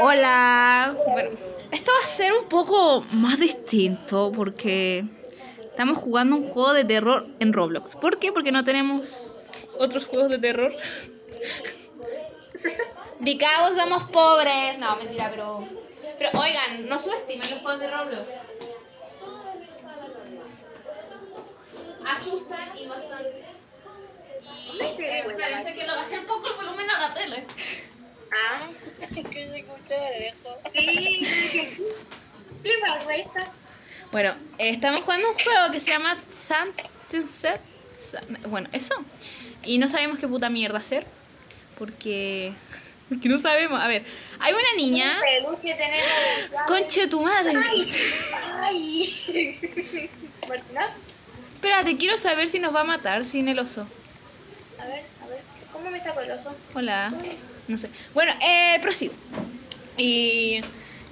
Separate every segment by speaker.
Speaker 1: Hola. Bueno, esto va a ser un poco más distinto porque estamos jugando un juego de terror en Roblox. ¿Por qué? Porque no tenemos otros juegos de terror. Because somos pobres. No, mentira, pero. Pero oigan, no subestimen los juegos de Roblox. Asustan y bastante. Y
Speaker 2: Ay, sí,
Speaker 1: eh,
Speaker 2: bueno,
Speaker 1: espérense que lo bajé un poco el volumen a la tele.
Speaker 2: Ah,
Speaker 3: que se escucha de lejos.
Speaker 2: sí. ¿Qué pasó esta?
Speaker 1: Bueno, eh, estamos jugando un juego que se llama Sunset. Sun- Bueno, eso. Y no sabemos qué puta mierda hacer. Porque. Porque no sabemos. A ver, hay una niña.
Speaker 2: Peluche tenemos.
Speaker 1: Conche tu madre.
Speaker 2: Ay, ay. Martina,
Speaker 1: Espérate, quiero saber si nos va a matar sin el oso.
Speaker 2: a ver, a ver, ¿cómo me saco el oso?
Speaker 1: Hola. No sé. Bueno, eh, prosigo. Y,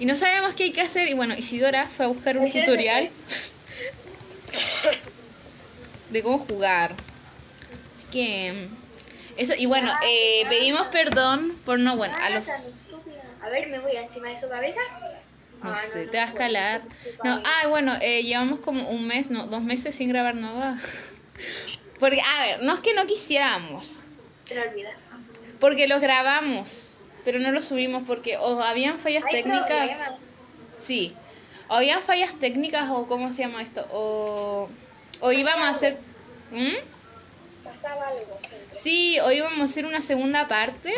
Speaker 1: y no sabemos qué hay que hacer. Y bueno, Isidora fue a buscar un
Speaker 2: Así es,
Speaker 1: tutorial de cómo jugar. Así que. Eso, y bueno, eh, pedimos perdón por no, bueno, a
Speaker 2: Ah,
Speaker 1: los.
Speaker 2: tan estúpida. A ver, me voy encima de su cabeza.
Speaker 1: No
Speaker 2: Ah,
Speaker 1: sé,
Speaker 2: no,
Speaker 1: te vas a
Speaker 2: no,
Speaker 1: calar. No, ah, bueno, eh, llevamos como un mes, no, dos meses sin grabar nada. Porque, a ver, no es que no quisiéramos.
Speaker 2: Te lo olvidas.
Speaker 1: Porque los grabamos, pero no los subimos porque o habían fallas
Speaker 2: Hay
Speaker 1: técnicas.
Speaker 2: problemas.
Speaker 1: Sí. O habían fallas técnicas o cómo se llama esto. O, o íbamos a hacer... ¿Mm?
Speaker 2: Pasaba algo siempre.
Speaker 1: Sí, o íbamos a hacer una segunda parte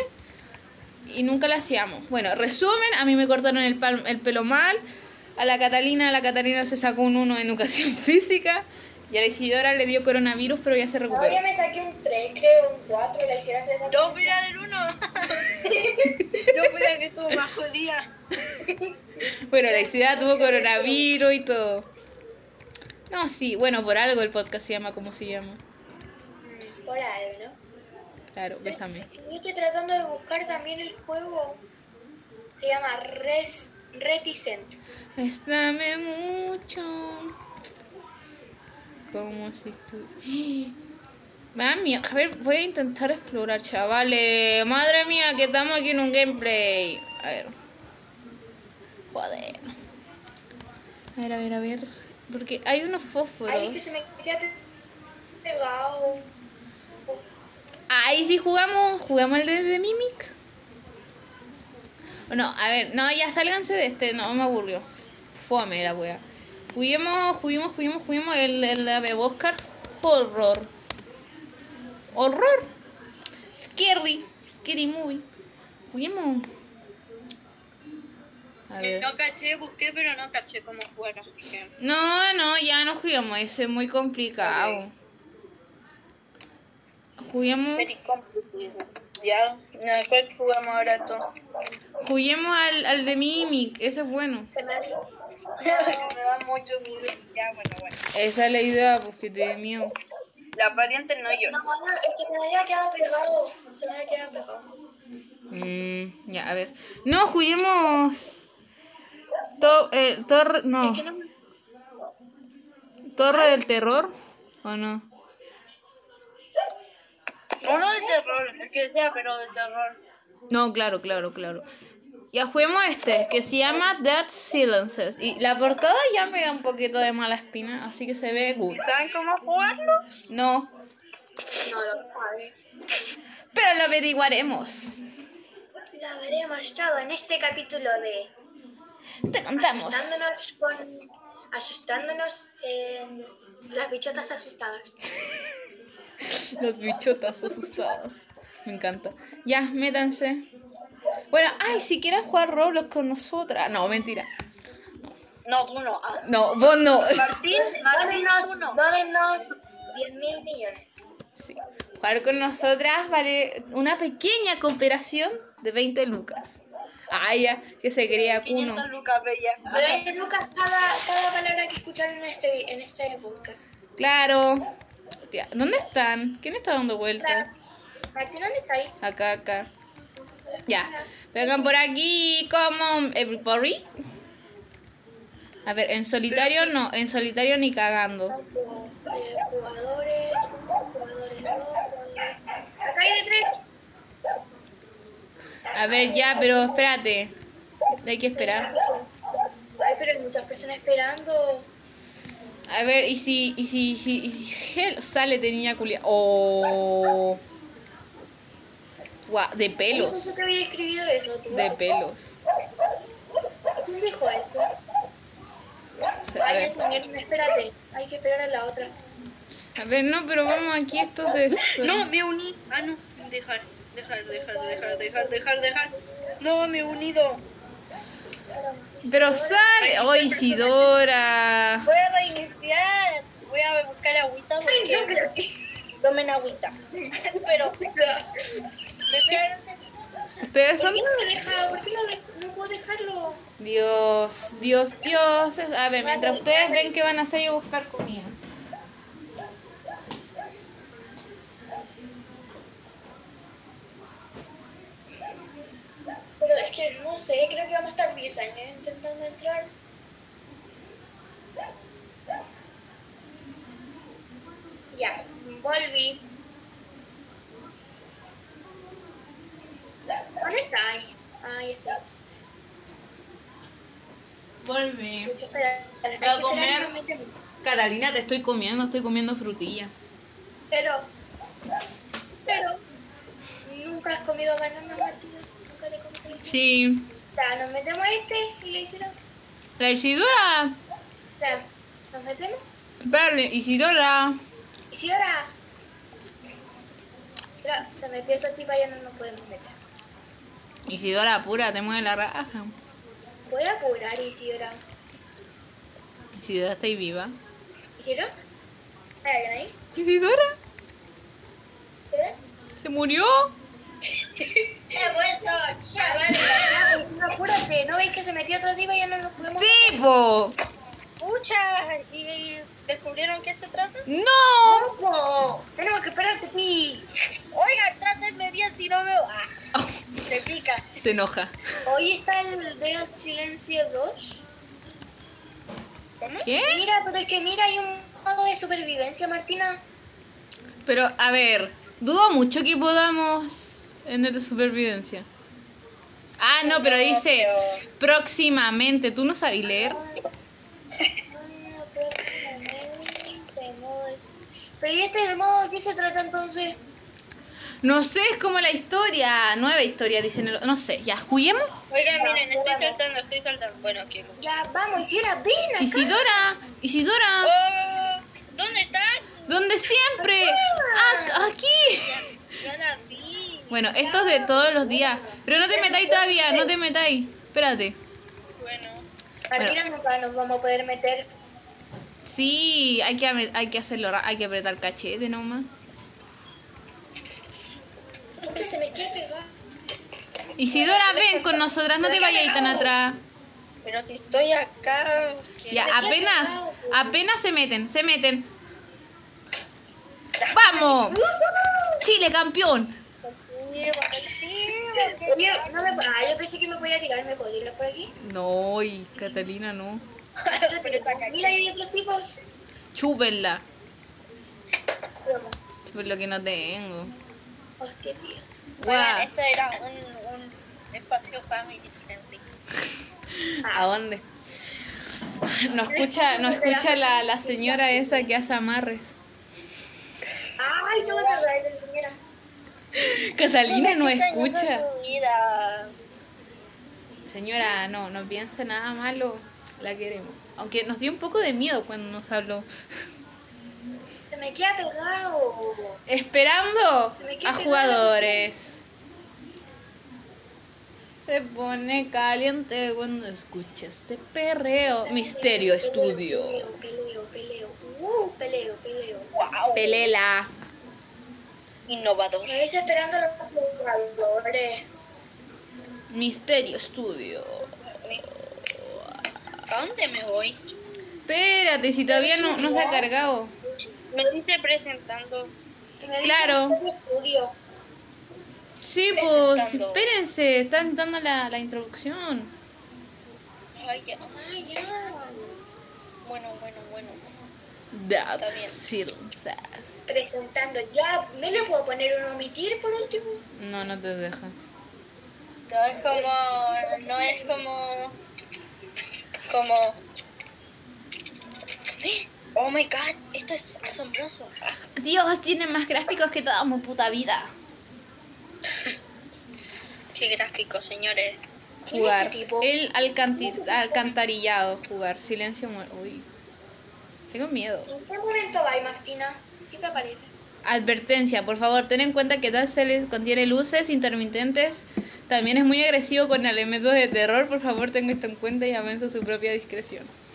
Speaker 1: y nunca la hacíamos. Bueno, resumen, a mí me cortaron el, pal- el pelo mal. A la Catalina, la Catalina se sacó un 1 en educación física. Y a la Isidora le dio coronavirus, pero ya se
Speaker 2: Ahora
Speaker 1: recuperó.
Speaker 2: ya me saqué un 3, creo, un 4, la hiciera esa.
Speaker 3: Yo fui la del uno. Yo fui la que estuvo más jodida.
Speaker 1: Bueno, la Isidora tuvo coronavirus y todo. No, sí, bueno, por algo el podcast se llama como se llama.
Speaker 2: Por algo, ¿no?
Speaker 1: Claro, bésame.
Speaker 2: Yo estoy tratando de buscar también el juego. Se llama Res, Reticent.
Speaker 1: Bésame mucho. Como si tú. Mami, a ver, voy a intentar explorar, chavales. Madre mía, que estamos aquí en un gameplay. A ver. Joder. A ver, a ver, a ver. Porque hay unos fósforos.
Speaker 2: Ay, que se me queda pe- pegado.
Speaker 1: Ahí sí jugamos, jugamos el de, de Mimic. No, a ver, no, ya sálganse de este, no, me aburrió. Fome la wea. Juguemos, juguemos, juguemos, juguemos el, el, el Oscar Horror. Horror. Scary, scary movie. Juguemos. A ver.
Speaker 3: No caché, busqué, pero no caché cómo jugar. Así que.
Speaker 1: No, no, ya no juguemos, ese es muy complicado. Juguemos.
Speaker 3: Very complicated. Ya, no, ¿cuál jugamos ahora entonces?
Speaker 1: Juguemos al, al de Mimic, ese es bueno.
Speaker 2: Se me
Speaker 3: me da mucho miedo. Ya, bueno, bueno.
Speaker 1: Esa es la idea, porque te da miedo.
Speaker 3: La pariente no yo.
Speaker 2: No, no, es que se me había quedado pegado. Se me había quedado pegado.
Speaker 1: Mm, ya, a ver. No, juguemos. To- eh, torre. No.
Speaker 2: Que no me-
Speaker 1: Torre del terror. ¿O no?
Speaker 3: Uno de terror, el que sea, pero de terror.
Speaker 1: No, claro, claro, claro. Ya juguemos este, que se llama Dead Silences. Y la portada ya me da un poquito de mala espina, así que se ve good.
Speaker 3: ¿Saben cómo jugarlo?
Speaker 1: No,
Speaker 2: No lo sabes.
Speaker 1: pero lo averiguaremos.
Speaker 2: Lo habré mostrado en este capítulo de
Speaker 1: Te contamos.
Speaker 2: asustándonos con asustándonos en las bichotas asustadas.
Speaker 1: Las bichotas asustadas. Me encanta. Ya, métanse. Bueno, ay, si quieren jugar Roblox con nosotras. No, mentira.
Speaker 3: No, uno. ah.
Speaker 1: No, vos no.
Speaker 3: Martín, Martín,
Speaker 2: Dónenos,
Speaker 3: uno.
Speaker 2: dónenos 10 mil millones.
Speaker 1: Sí. Jugar con nosotras vale una pequeña cooperación de 20 lucas. Ay, ya, que se quería cuno.
Speaker 3: 500 lucas, bella. Ah.
Speaker 2: Veinte lucas cada, cada palabra que escucharon en este, en este podcast.
Speaker 1: Claro. Tía, ¿Dónde están? ¿Quién está dando vueltas?
Speaker 2: Martín, ¿dónde está ahí?
Speaker 1: Acá, acá. Ya. Vengan por aquí, como everybody. A ver, en solitario no, en solitario ni cagando.
Speaker 2: Eh, jugadores, jugadores, no, jugadores. Acá hay de tres.
Speaker 1: A ver, ya, pero espérate. Hay que esperar.
Speaker 2: Ay, pero hay muchas personas esperando.
Speaker 1: A ver, y si, y si, y si, y si Gel sale de niña culia. Oh. Guau, de
Speaker 2: Yo
Speaker 1: pelos.
Speaker 2: pensé que había escrito eso, tú.
Speaker 1: De pelos.
Speaker 2: ¿Quién dijo esto?
Speaker 1: O sea, a,
Speaker 2: Ay,
Speaker 1: ver.
Speaker 2: Daniel, espérate. Hay que esperar a la otra.
Speaker 1: A ver, no, pero vamos aquí estos de.
Speaker 3: No, me uní. Ah, no. Dejar, dejar, dejar, dejar, dejar, dejar, dejar. No, me he unido.
Speaker 1: Pero sale. Oh, Isidora.
Speaker 3: Voy a reiniciar. Voy a buscar agüita porque tomen agüita. Pero dejar
Speaker 1: Ustedes
Speaker 2: ¿Por
Speaker 1: son.
Speaker 2: qué no lo deja? ¿Por qué no, lo- no puedo dejarlo?
Speaker 1: Dios, Dios, Dios. A ver, mientras ustedes ven qué van a hacer, yo voy a buscar comida.
Speaker 2: Pero es que no sé, creo que vamos a estar 10 años intentando entrar. Ya, volví. ¿Dónde está? Ay, ahí está.
Speaker 1: Vuelve.
Speaker 2: Hay que esperar. Hay que
Speaker 1: Voy a
Speaker 2: esperar
Speaker 1: comer.
Speaker 2: unos 20 minutos.
Speaker 1: Catalina, te estoy comiendo, estoy comiendo frutilla.
Speaker 2: Pero, pero, nunca has comido banana, Martina. Nunca te comiste leche.
Speaker 1: Sí.
Speaker 2: Ya, nos metemos a este y le hicieron.
Speaker 1: La Isidora.
Speaker 2: Ya, nos metemos.
Speaker 1: Vale, Isidora.
Speaker 2: Y si ahora Tra- se metió esa tipa ya no nos podemos meter.
Speaker 1: Isidora, apura, te mueve la raja.
Speaker 2: Voy a apurar y si ahora
Speaker 1: Isidora, estáis viva.
Speaker 2: ¿Y si ahora? ¿Hay alguien ahí?
Speaker 1: Isidora,
Speaker 2: ¿Y ahora?
Speaker 1: se murió.
Speaker 3: He vuelto, chaval.
Speaker 2: No, apúrate, ¿no veis que se metió otra tipa y ya no nos podemos meter?
Speaker 1: ¡Tipo!
Speaker 3: Pucha. ¿Y descubrieron qué se trata?
Speaker 1: ¡No!
Speaker 2: ¡Ojo! Tenemos que esperarte, ti.
Speaker 3: Oiga, trátenme bien si no me Ah, se pica.
Speaker 1: Se enoja.
Speaker 2: Hoy está el de Silencio 2.
Speaker 3: ¿Cómo?
Speaker 1: ¿Qué?
Speaker 2: Mira, pero es que mira, hay un modo de supervivencia, Martina.
Speaker 1: Pero, a ver, dudo mucho que podamos en el de supervivencia. Ah, no, pero dice próximamente. ¿Tú no sabes leer?
Speaker 2: Ah, próximamente, modo- Pero ¿y este de modo de qué se trata entonces?
Speaker 1: No sé, es como la historia. Nueva historia, dicen. el- No sé, ya, juguemos.
Speaker 3: Oiga, miren, estoy saltando, estoy saltando. Bueno, aquí.
Speaker 2: Ya, vamos, hiciera ven acá.
Speaker 1: Isidora, Isidora.
Speaker 3: Oh, ¿Dónde están?
Speaker 1: Donde siempre. Ah, aquí.
Speaker 3: Ya la vi.
Speaker 1: Bueno, esto es de todos los días. Pero no te metáis todavía, no te metáis. Espérate.
Speaker 3: Bueno.
Speaker 2: Martina nunca nos vamos a poder meter.
Speaker 1: Sí, hay que, ame- hay que hacerlo, ra- hay que apretar el cachete nomás.
Speaker 2: Pucha, se me quiere pegar.
Speaker 1: Isidora, ven con nosotras, no te vayas tan atrás.
Speaker 3: Pero si estoy acá. ¿qué?
Speaker 1: Ya, apenas, apenas se meten, se meten. ¡Vamos! ¡Chile campeón!
Speaker 3: Sí, sí, porque-
Speaker 2: Yo, no me, ah, yo pensé que me podía tirar, ¿me puedo tirar por aquí?
Speaker 1: No, y Catalina no.
Speaker 3: Pero está cachado.
Speaker 2: Mira, hay otros tipos.
Speaker 1: Chúpenla.
Speaker 2: Broma.
Speaker 1: Por lo que no tengo.
Speaker 2: Hostia, tío.
Speaker 3: Oigan,
Speaker 1: Guau,
Speaker 3: esto era un, un espacio family friendly.
Speaker 1: ¿A dónde? Nos escucha, nos escucha la, la señora esa que hace amarres.
Speaker 2: Ay, no me acordáis de la primera.
Speaker 1: Catalina no
Speaker 3: Esta ya
Speaker 1: escucha.
Speaker 3: se subirá.
Speaker 1: Señora, no, no piense nada malo. La queremos. Aunque nos dio un poco de miedo cuando nos habló.
Speaker 2: Se me queda pegado.
Speaker 1: Esperando
Speaker 2: Se me
Speaker 1: a
Speaker 2: queda
Speaker 1: jugadores. Se pone caliente cuando escucha este perreo. Misterio Estudio.
Speaker 2: Peleo, peleo, peleo. Uh, peleo, peleo.
Speaker 3: Wow.
Speaker 1: Pelela.
Speaker 3: Innovador.
Speaker 2: Me dice esperando a los jugadores.
Speaker 1: Misterio Estudio.
Speaker 3: ¿A dónde me voy?
Speaker 1: Espérate, si todavía no, no se ha cargado.
Speaker 3: Me dice presentando.
Speaker 2: Y me dice,
Speaker 1: Claro.
Speaker 2: "Este es mi estudio.
Speaker 1: Sí, pues
Speaker 3: Presentando.
Speaker 1: espérense, están dando la, la introducción.
Speaker 3: Ay, ya.
Speaker 2: Ay, ya.
Speaker 3: Bueno, bueno, bueno.
Speaker 1: That
Speaker 3: Está bien.
Speaker 1: silence.
Speaker 2: Presentando. Ya, ¿me le puedo poner un omitir por último?
Speaker 1: No, no te deja.
Speaker 3: No es como. No es como. Como. Oh my god, esto es asombroso.
Speaker 1: Dios, tiene más gráficos que toda mi puta vida.
Speaker 3: Qué gráfico, señores.
Speaker 1: Jugar.
Speaker 3: ¿Quién es ese tipo?
Speaker 1: El alcanti- alcantarillado, jugar. Silencio muerto. Uy. Tengo miedo.
Speaker 2: ¿En qué momento va, Martina? ¿Qué te parece?
Speaker 1: Advertencia, por favor, ten en cuenta que Dark Souls contiene luces intermitentes. También es muy agresivo con elementos de terror. Por favor, tenga esto en cuenta y avanza su propia discreción.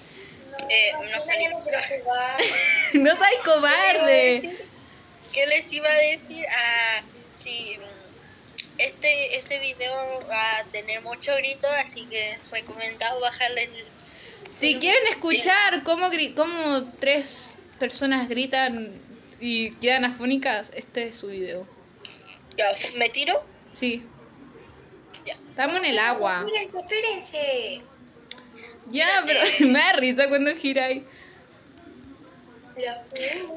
Speaker 3: Eh, no salimos.
Speaker 2: quiero jugar.
Speaker 1: ¡No soy cobarde!
Speaker 3: ¿Qué les iba a decir? Ah, sí, mm, este, este video va a tener mucho grito, así que recomendado bajarle el...
Speaker 1: Si quieren escuchar cómo, gri- cómo tres personas gritan y quedan afónicas, este es su video.
Speaker 3: Ya, ¿me tiro?
Speaker 1: Sí,
Speaker 3: Ya.
Speaker 1: estamos en el agua.
Speaker 2: Espérense, espérense.
Speaker 1: Ya, pero me da risa cuando gira ahí.
Speaker 2: Los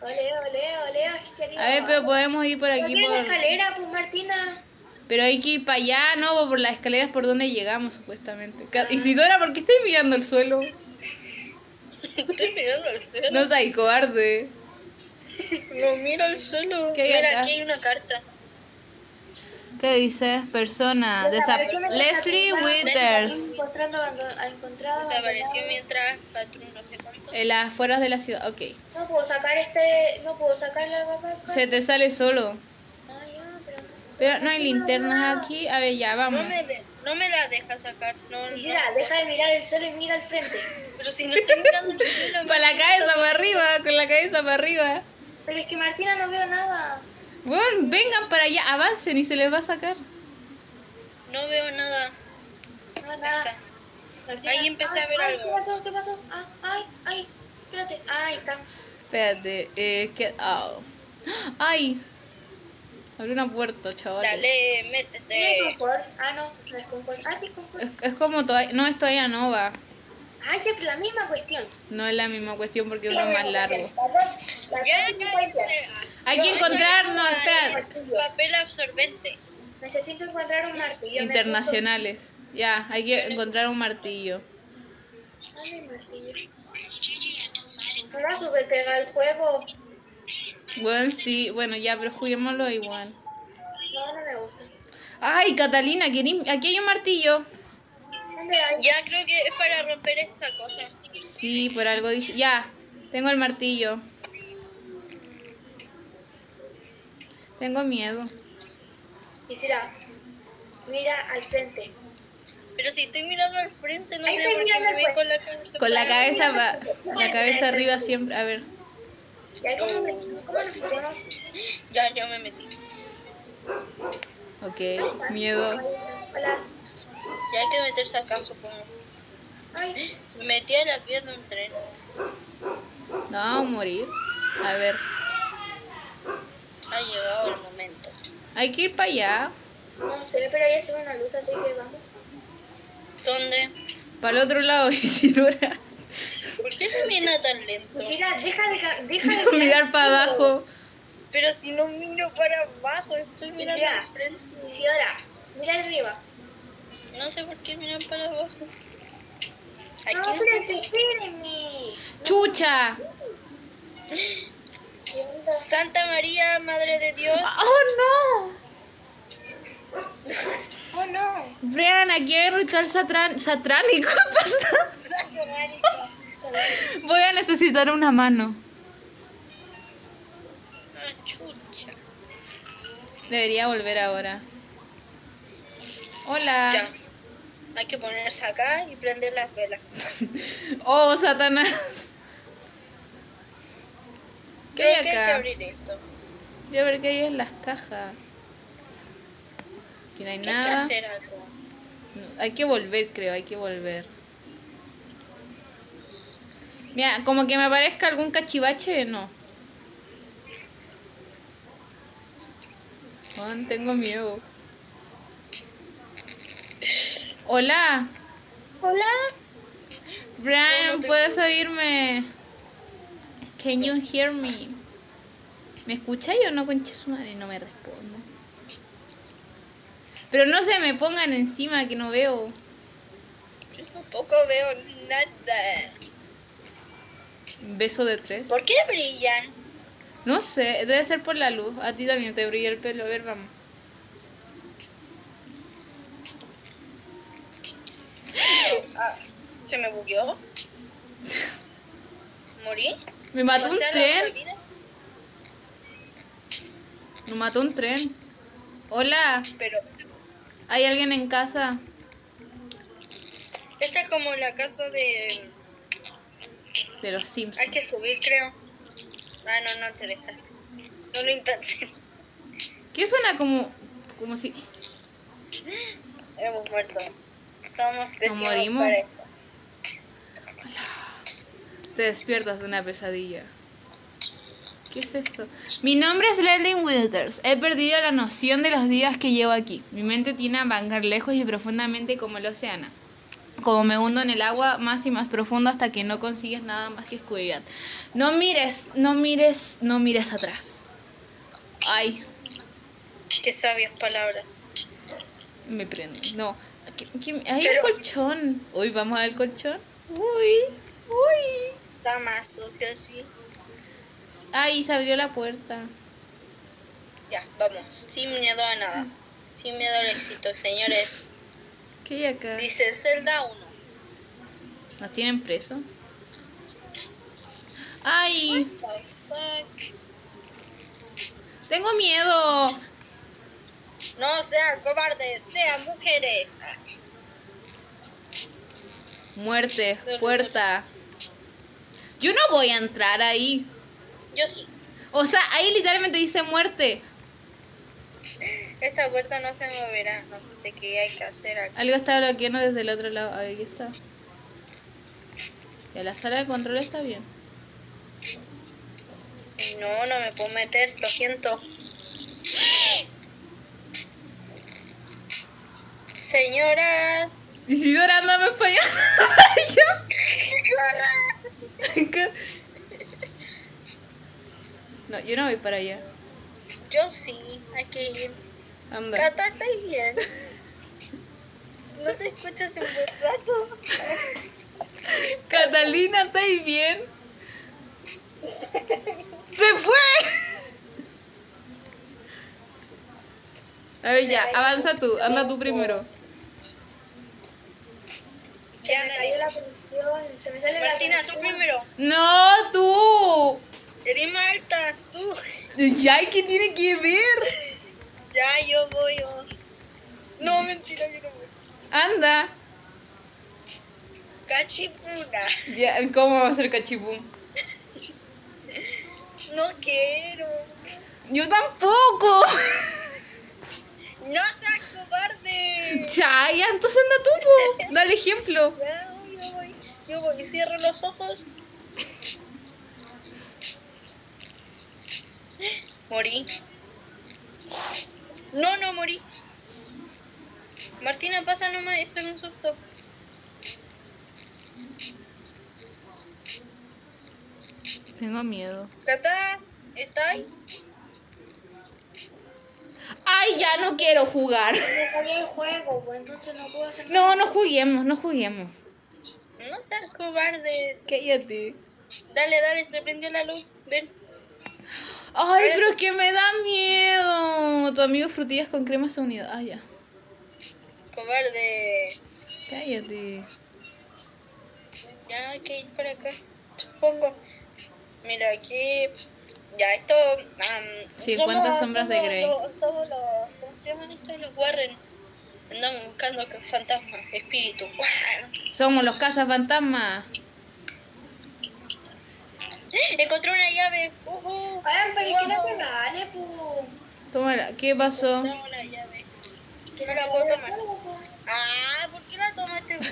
Speaker 2: Ole, ole, ole, hostia,
Speaker 1: A ver, pero podemos ir por
Speaker 2: ¿Por
Speaker 1: aquí.
Speaker 2: qué la
Speaker 1: Por...
Speaker 2: escalera, pues Martina?
Speaker 1: Pero hay que ir para allá, ¿no? Por las escaleras por donde llegamos, supuestamente. Ca- Isidora, ¿por qué estoy mirando el suelo?
Speaker 3: Estoy mirando al suelo.
Speaker 1: No soy cobarde.
Speaker 3: No, mira al suelo.
Speaker 1: ¿Qué hay
Speaker 3: Mira,
Speaker 1: acá?
Speaker 3: aquí hay una carta.
Speaker 1: ¿Qué dices? Persona.
Speaker 2: Desapareció
Speaker 1: Ah, Desap-
Speaker 2: mientras
Speaker 1: Leslie
Speaker 2: patrullar-
Speaker 1: Withers.
Speaker 2: Encontrando, abandon- ha
Speaker 3: Ah,
Speaker 2: encontrado
Speaker 3: Desapareció
Speaker 2: abandonado.
Speaker 3: mientras patrón no sé cuánto.
Speaker 1: En las afueras de la ciudad. Ok.
Speaker 2: No puedo sacar este. No puedo sacar la gama.
Speaker 1: Se te sale solo.
Speaker 2: Ah, ya, pero.
Speaker 1: Pero no hay linternas aquí. A ver, ya, vamos.
Speaker 3: No me, de- no me la deja sacar. No, no.
Speaker 2: Quisiera, deja de mirar el suelo y mira al frente.
Speaker 3: Pero si no estoy mirando el suelo.
Speaker 1: Para la cabeza para arriba, con la cabeza para arriba.
Speaker 2: Pero es que Martina no veo nada.
Speaker 1: Bueno, vengan para allá, avancen y se les va a sacar.
Speaker 3: No veo nada.
Speaker 2: No veo
Speaker 3: Ahí
Speaker 2: nada.
Speaker 3: está.
Speaker 2: Martina-
Speaker 3: Ahí empecé a
Speaker 2: ay,
Speaker 3: ver
Speaker 2: ay,
Speaker 3: algo.
Speaker 2: ¿Qué pasó? ¿Qué pasó? Ah, ay, ay. Espérate. Ah, ahí está.
Speaker 1: Espérate, eh, get out. ¡Ay! Abre una puerta, chavales.
Speaker 3: Dale,
Speaker 2: ¿Tiene
Speaker 3: métete.
Speaker 2: confort? Ah, no. No es confort. Ah, sí, es confort.
Speaker 1: Es, es como toalla. No, es toalla nova.
Speaker 2: Ah, ya, la misma cuestión.
Speaker 1: No es la misma cuestión porque uno es más largo.
Speaker 3: Ya,
Speaker 2: Ya,
Speaker 1: Hay que encontrar, no, espera,
Speaker 3: espera. Papel absorbente.
Speaker 2: Necesito encontrar un martillo. me
Speaker 1: internacionales. Ya, hay que encontrar un martillo.
Speaker 2: puso- Dame el martillo. Me va a super pegar el juego.
Speaker 1: Bueno, sí, bueno, ya, pero juguémoslo igual.
Speaker 2: No, no me gusta.
Speaker 1: ¡Ay, Catalina! querí- Aquí hay un martillo.
Speaker 2: ¿Dónde hay?
Speaker 3: Ya creo que es para romper esta cosa.
Speaker 1: Sí, por algo dice. Ya, tengo el martillo. Tengo miedo.
Speaker 2: Quisiera. Mira al frente.
Speaker 3: Pero si estoy mirando al frente, no
Speaker 2: Ahí
Speaker 3: sé
Speaker 2: estoy
Speaker 3: por qué
Speaker 2: mirando
Speaker 3: me
Speaker 2: al
Speaker 3: ve
Speaker 2: frente.
Speaker 3: con la cabeza.
Speaker 1: Con la
Speaker 3: para arriba.
Speaker 1: cabeza va, la cabeza arriba siempre. A ver,
Speaker 2: ¿Y ahí cómo, me- cómo nos metemos?
Speaker 3: Ya, yo me metí.
Speaker 1: ok, miedo.
Speaker 2: Hola.
Speaker 3: Ya hay que meterse acá, supongo.
Speaker 2: Ay,
Speaker 3: Me metí a la piel de un tren.
Speaker 1: No, vamos a morir. A ver,
Speaker 3: Ha llegado el momento.
Speaker 1: hay que ir para allá,
Speaker 2: no se ve, pero ahí se ve una luz, así que vamos.
Speaker 3: ¿Dónde?
Speaker 1: para el otro lado, Isidora.
Speaker 3: ¿Por qué me viene tan lento?
Speaker 2: Quisiera, deja de, ca- deja de
Speaker 1: Mirar para
Speaker 2: el juego.
Speaker 1: abajo.
Speaker 3: Pero si no miro para abajo, estoy mirando
Speaker 2: Mira.
Speaker 3: al frente.
Speaker 2: Isidora, mira arriba.
Speaker 3: No sé por qué miran para abajo. Aquí
Speaker 2: No,
Speaker 3: no
Speaker 2: pero si espérenme.
Speaker 1: ¡Chucha!
Speaker 2: ¿Qué onda?
Speaker 3: Santa María, Madre de Dios.
Speaker 1: ¡Oh,
Speaker 2: Oh, no.
Speaker 1: no! Brian, aquí hay ritual satran satránico. pasando. Voy a necesitar una mano.
Speaker 3: Ah, chucha.
Speaker 1: Debería volver ahora. Hola.
Speaker 3: Ya. Hay que ponerse acá y prender las velas.
Speaker 1: Oh, Satanás. ¿Qué
Speaker 3: Creo
Speaker 1: hay
Speaker 3: que hay que
Speaker 1: acá?
Speaker 3: abrir esto.
Speaker 1: Quiero ver qué hay en las cajas. Aquí no hay
Speaker 3: Hay que
Speaker 1: nada.
Speaker 3: hacer algo.
Speaker 1: No, Hay que volver, creo, hay que volver. Mira, como que me aparezca algún cachivache, no. Juan, tengo miedo. Hola,
Speaker 3: Hola.
Speaker 1: Brian,
Speaker 3: No, no te
Speaker 1: ¿puedes oírme? Can you hear me? ¿Me escucháis o no, concha su madre? No me responde. Pero no se me pongan encima que no veo.
Speaker 3: Yo tampoco veo nada.
Speaker 1: Beso de tres.
Speaker 3: ¿Por qué brillan?
Speaker 1: No sé, debe ser por la luz. A ti también te brilla el pelo. A ver, vamos.
Speaker 3: Ah, ¿Se me bugueó? ¿Morí?
Speaker 1: Me mató un
Speaker 3: ¿Pasé a la
Speaker 1: tren.
Speaker 3: otra vida?
Speaker 1: Me mató un tren. Hola,
Speaker 3: Pero
Speaker 1: ¿hay alguien en casa?
Speaker 3: esta es como la casa de...
Speaker 1: De los Sims.
Speaker 3: Hay que subir, creo. Ah, no, no te deja. No lo intentes.
Speaker 1: ¿Qué suena como, como si...
Speaker 3: Hemos muerto. Estamos pésimos
Speaker 1: morimos.
Speaker 3: para esto.
Speaker 1: Te despiertas de una pesadilla. ¿Qué es esto? Mi nombre es Leslie Withers. He perdido la noción de los días que llevo aquí. Mi mente tiene a bancar lejos y profundamente como el océano. Como me hundo en el agua más y más profundo hasta que no consigues nada más que oscuridad. No mires, no mires, no mires atrás. Ay,
Speaker 3: Qué sabias palabras.
Speaker 1: me prendo. No. ¿Qué- qué- Ay, el
Speaker 3: Pero-
Speaker 1: colchón. Uy, vamos al colchón. Uy, uy.
Speaker 3: Está más sucio así.
Speaker 1: Ay, se abrió la puerta.
Speaker 3: Ya, vamos. Sin miedo a nada. Sin miedo al éxito, señores.
Speaker 1: ¿Qué hay acá?
Speaker 3: Dice Zelda 1.
Speaker 1: ¿Nos tienen preso? ¡Ay!
Speaker 3: The fuck?
Speaker 1: ¡Tengo miedo!
Speaker 3: No sean cobardes, sean mujeres. Ah,
Speaker 1: Muerte, puerta. Yo no voy a entrar ahí.
Speaker 3: Yo sí.
Speaker 1: O sea, ahí literalmente dice muerte.
Speaker 3: Esta puerta no se moverá. No sé qué hay que hacer aquí.
Speaker 1: Algo está bloqueando desde el otro lado. Ahí está. Y a la sala de control está bien.
Speaker 3: No, no me puedo meter, lo siento. Señora.
Speaker 1: Isidora, andame para allá. no, yo no voy para allá.
Speaker 3: Yo sí, hay que ir.
Speaker 1: Anda.
Speaker 3: Cata, ¿estás bien? No te escuchas en buen rato.
Speaker 1: Catalina, ¿estáis bien? ¡Se fue! A ver, ya, avanza tú, anda tú primero.
Speaker 3: ¿Qué
Speaker 2: Se me salió la producción. Se me sale la
Speaker 3: Martina, tú
Speaker 2: producción.
Speaker 3: primero.
Speaker 1: ¡No, tú!
Speaker 3: Eres Marta, tú.
Speaker 1: ¡Ya, ¿y ¿qué tiene que ver?
Speaker 3: Ya, yo voy. oh. No, mentira, yo no voy.
Speaker 1: Anda.
Speaker 3: Cachipuna.
Speaker 1: Ya, ¿cómo va a ser cachipum?
Speaker 3: No quiero.
Speaker 1: ¡Yo tampoco!
Speaker 3: No seas cobarde.
Speaker 1: Ya, ya, entonces anda tú, po. Dale ejemplo.
Speaker 3: Ya, yo voy, yo voy, cierro los ojos. Morí. No, no morí. Martina, pasa nomás, eso es un susto.
Speaker 1: Tengo miedo.
Speaker 3: Tata, ¿está ahí?
Speaker 1: ¡Ay, ya no quiero jugar!
Speaker 2: Se me salió el juego, pues entonces no puedo hacer
Speaker 1: No, no juguemos, no juguemos.
Speaker 3: No seas cobardes.
Speaker 1: Cállate.
Speaker 3: Dale, dale, se prendió la luz. Ven.
Speaker 1: Ay, pero es que me da miedo. Tu amigo frutillas con crema se ha unido. Ah, ya.
Speaker 3: Cobarde.
Speaker 1: Cállate.
Speaker 3: Ya hay que ir para acá, supongo. Mira, aquí. Ya, esto. am,
Speaker 1: 50 sombras de Grey.
Speaker 3: los- somos los. ¿Cómo se llaman estos? Los Warren. Andamos buscando que- fantasmas, espíritus.
Speaker 1: Somos los cazafantasmas.
Speaker 3: Encontré una llave. ujú. Ah,
Speaker 2: Ay, pero es que no
Speaker 3: Wow.
Speaker 2: se vale, pues.
Speaker 1: Tómala. ¿Qué pasó?
Speaker 3: Encontré una llave. No la puedo tomar. Ah, ¿por qué la tomaste vos?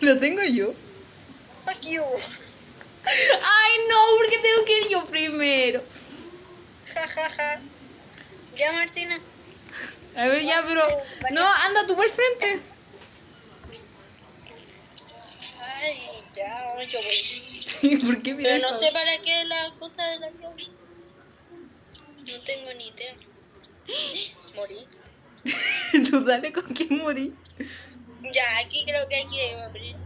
Speaker 1: ¿Lo tengo yo?
Speaker 3: Fuck you.
Speaker 1: Ay, no, porque tengo que ir yo primero.
Speaker 3: Ja, ja, ja. Ya, Martina.
Speaker 1: A ver, ya, pero. No, anda tú por el frente.
Speaker 3: Ay, ya, yo voy.
Speaker 1: ¿Por qué
Speaker 3: Pero no sé para qué la cosa de la llave. No tengo ni idea. Morí.
Speaker 1: Tú dale con quién morí.
Speaker 3: Ya, aquí creo que hay que abrir.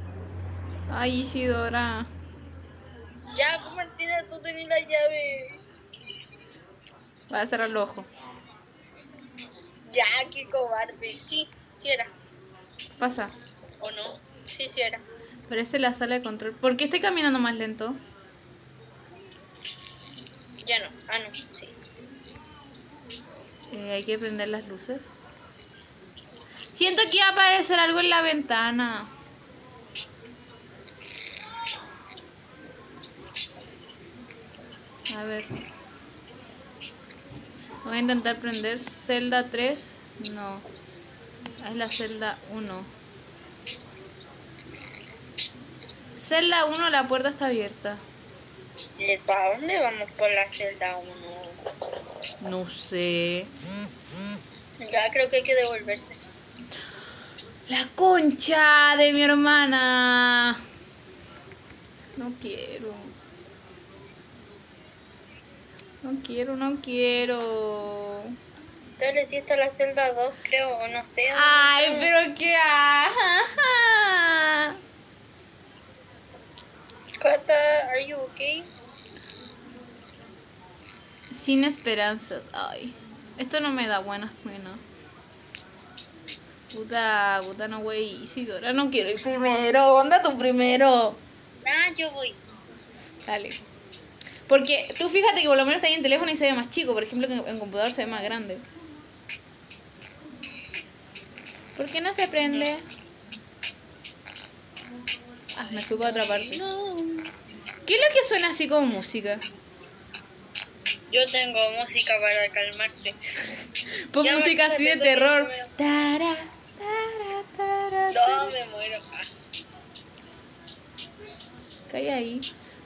Speaker 1: Ay, Isidora.
Speaker 3: Ya, pues, Martina, tú tenés la llave.
Speaker 1: Va a cerrar los ojos.
Speaker 3: Ya, qué cobarde. Sí, sí era.
Speaker 1: Pasa.
Speaker 3: ¿O no? Sí, sí era.
Speaker 1: Parece la sala de control. ¿Por qué estoy caminando más lento?
Speaker 3: Ya no. Ah, no, sí.
Speaker 1: Eh, hay que prender las luces. Siento que va a aparecer algo en la ventana. A ver. Voy a intentar prender celda 3. No. Es la celda 1. Celda 1, la puerta está abierta.
Speaker 3: ¿Y para dónde vamos por la celda 1?
Speaker 1: No sé.
Speaker 3: Ya, creo que hay que devolverse.
Speaker 1: La concha de mi hermana. No quiero. No quiero, no quiero.
Speaker 3: Dale, si está la celda 2, creo, o no sé.
Speaker 1: Ay, pero qué. ajá.
Speaker 3: Cata, are you okay?
Speaker 1: Sin esperanzas. Ay. Esto no me da buenas penas. Puta, puta, no, güey. Isidora, no quiero ir primero. Anda tú primero.
Speaker 3: Ah, yo voy.
Speaker 1: Dale. Porque tú fíjate que por lo menos está ahí en teléfono y se ve más chico. Por ejemplo, que en, en computador se ve más grande. ¿Por qué no se prende? Ah, me fui para otra parte. ¿Qué es lo que suena así como música?
Speaker 3: Yo tengo música para calmarte.
Speaker 1: Pon
Speaker 3: Ya,
Speaker 1: música así de
Speaker 3: Martina, te toca
Speaker 1: terror.
Speaker 3: primero.
Speaker 1: Tara, tara, tara,
Speaker 3: No, me muero. Ah,
Speaker 1: Calla ahí.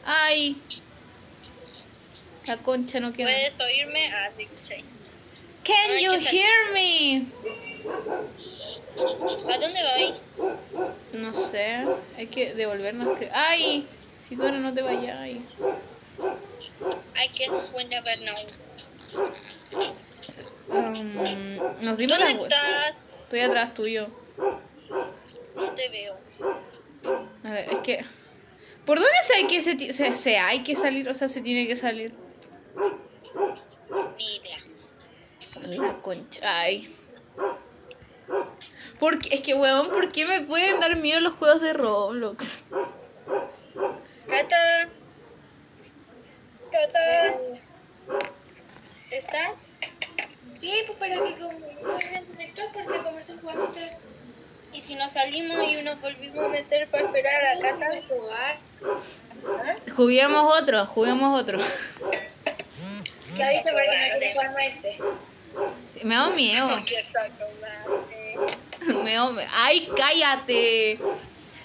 Speaker 1: Ay. La concha no quiero.
Speaker 3: ¿Puedes oírme? Ah, sí, escuché.
Speaker 1: Can
Speaker 3: Ay,
Speaker 1: you
Speaker 3: qué sal-
Speaker 1: hear me?
Speaker 3: ¿A dónde voy?
Speaker 1: No sé. Hay que devolvernos. cre- Ay. Si tú ahora no te vayas. Ay.
Speaker 3: I guess we never know.
Speaker 1: Um, nos dimos
Speaker 3: ¿Dónde
Speaker 1: la vuelta.
Speaker 3: estás?
Speaker 1: Estoy atrás tuyo.
Speaker 3: No te veo.
Speaker 1: A ver, es que. ¿Por dónde se hay que se, ti- se, se hay que salir? O sea, se tiene que salir.
Speaker 3: Ni idea.
Speaker 1: La concha. Ay. Porque, es que, weón, ¿por qué me pueden dar miedo los juegos de Roblox?
Speaker 3: Cata. Cata. ¿Estás?
Speaker 2: Sí, pues pero que como no se conectó porque como estos juegos te
Speaker 3: ¿Y si nos salimos y nos volvimos a meter para esperar a Cata?
Speaker 2: pueden jugar.
Speaker 1: Juguemos otro, juguemos otro.
Speaker 2: ¿Qué dice porque no quiere jugar más este?
Speaker 1: Me da miedo.
Speaker 3: Empieza a cobarde.
Speaker 1: Me da me- Ay, cállate.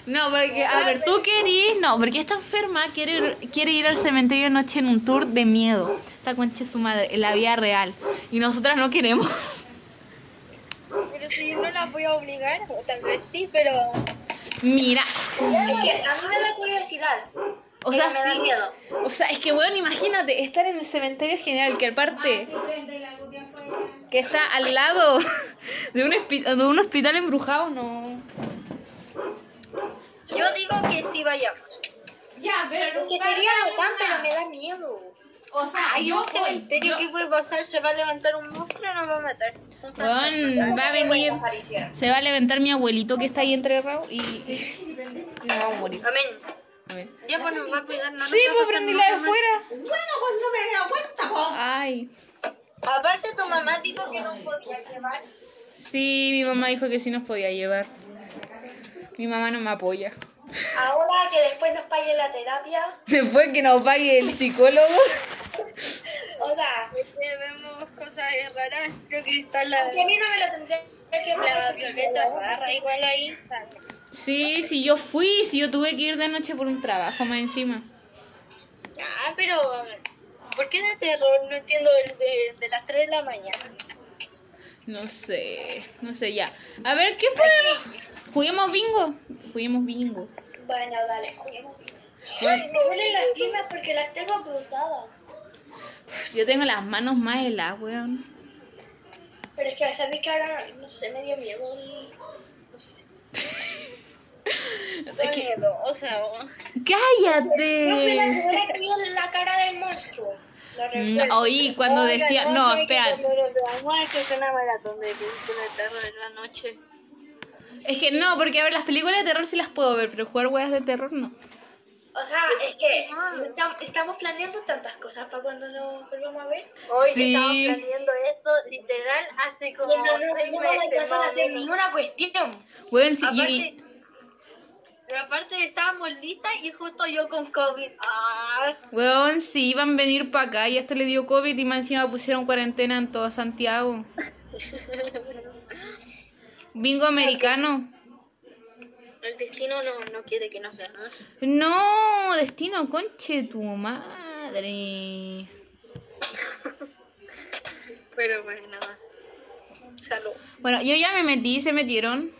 Speaker 1: No, porque, a ver, tú querís. No, porque está enferma, quiere, quiere ir al cementerio de noche en un tour de miedo. Esta concha es su madre, en la vida real. Y nosotras no queremos.
Speaker 3: Pero si no la voy a obligar, o tal vez sí, pero
Speaker 1: Mira,
Speaker 2: A mí me da curiosidad.
Speaker 1: O
Speaker 2: pero
Speaker 1: sea,
Speaker 2: me da
Speaker 1: sí.
Speaker 2: miedo.
Speaker 1: O sea, es que, weón, imagínate estar en el cementerio general, que aparte. Que está al lado de un, hospi- de un hospital embrujado, no.
Speaker 3: yo digo que sí vayamos.
Speaker 1: Ya, pero
Speaker 2: Que sería bacán, pero me da miedo.
Speaker 1: O sea,
Speaker 3: Hay un cementerio que puede pasar, se va a levantar un monstruo y nos va a matar. Un fantasma.
Speaker 1: Weón, va a venir.
Speaker 2: Vamos a Alicia.
Speaker 1: Se va a levantar mi abuelito que está ahí enterrado y. y nos vamos a morir.
Speaker 3: Amén.
Speaker 1: A ver.
Speaker 3: Ya pues nos va a cuidar, no nos
Speaker 1: Sí,
Speaker 3: va a
Speaker 1: pues
Speaker 3: pasar
Speaker 1: prendí la
Speaker 3: nada
Speaker 1: de
Speaker 3: más.
Speaker 1: fuera.
Speaker 4: Bueno, pues no me da cuenta, po.
Speaker 1: Ay.
Speaker 3: Aparte tu mamá dijo que no podía llevar.
Speaker 1: Sí, mi mamá dijo que sí nos podía llevar. Mi mamá no me apoya.
Speaker 2: Ahora que después nos pague la terapia,
Speaker 1: Después que nos pague el psicólogo.
Speaker 2: o sea,
Speaker 3: Este, vemos cosas raras, creo que está la,
Speaker 2: que a mí no me lo tendría que
Speaker 3: la violeta barra igual ahí.
Speaker 1: Sí, sí, yo fui, si yo tuve que ir de noche por un trabajo más encima.
Speaker 3: Ah, pero ¿por qué de terror? No entiendo el de, de las 3 de la mañana.
Speaker 1: No sé, no sé ya. A ver, ¿qué podemos? ¿Juguemos bingo? Juguemos bingo.
Speaker 2: Bueno, dale, juguemos. Ay, me duelen las piernas porque las tengo cruzadas.
Speaker 1: Yo tengo las manos más heladas, weón.
Speaker 2: Pero es que a sabes que ahora, no sé, me dio miedo y. No sé.
Speaker 3: Estoy miedo, o sea, o-
Speaker 2: No fue la
Speaker 1: ¡Cállate!
Speaker 2: señora que vio la cara del monstruo. Lo recuerdo.
Speaker 1: No, Mm, oí cuando
Speaker 3: Oigan,
Speaker 1: decía.
Speaker 3: vos
Speaker 1: No,
Speaker 3: sabés que
Speaker 1: espérate.
Speaker 3: cuando lo veamos hay que hacer una maratón de películas de terror en la noche.
Speaker 1: Es que no, porque a ver, las películas de terror sí las puedo ver, pero jugar weas de terror no.
Speaker 2: O sea, es que estam- estamos planeando tantas cosas para cuando nos volvamos a ver.
Speaker 3: Hoy
Speaker 1: Sí.
Speaker 3: estaba planeando esto literal hace como
Speaker 2: No, no, no,
Speaker 3: seis
Speaker 2: no vamos a
Speaker 3: meses.
Speaker 2: alcanzar a
Speaker 3: más o
Speaker 2: hacer
Speaker 3: menos.
Speaker 2: ninguna cuestión.
Speaker 1: Weón, sí,
Speaker 3: Aparte,
Speaker 1: y-
Speaker 3: aparte estábamos listas y justo yo con COVID. Ah,
Speaker 1: Weón, si iban a venir para acá y hasta le dio COVID y más encima pusieron cuarentena en todo Santiago. Bingo americano.
Speaker 3: el destino no, no quiere que nos veamos.
Speaker 1: No, destino, conche tu madre.
Speaker 3: Pero bueno, salud.
Speaker 1: Bueno, yo ya me metí, se metieron.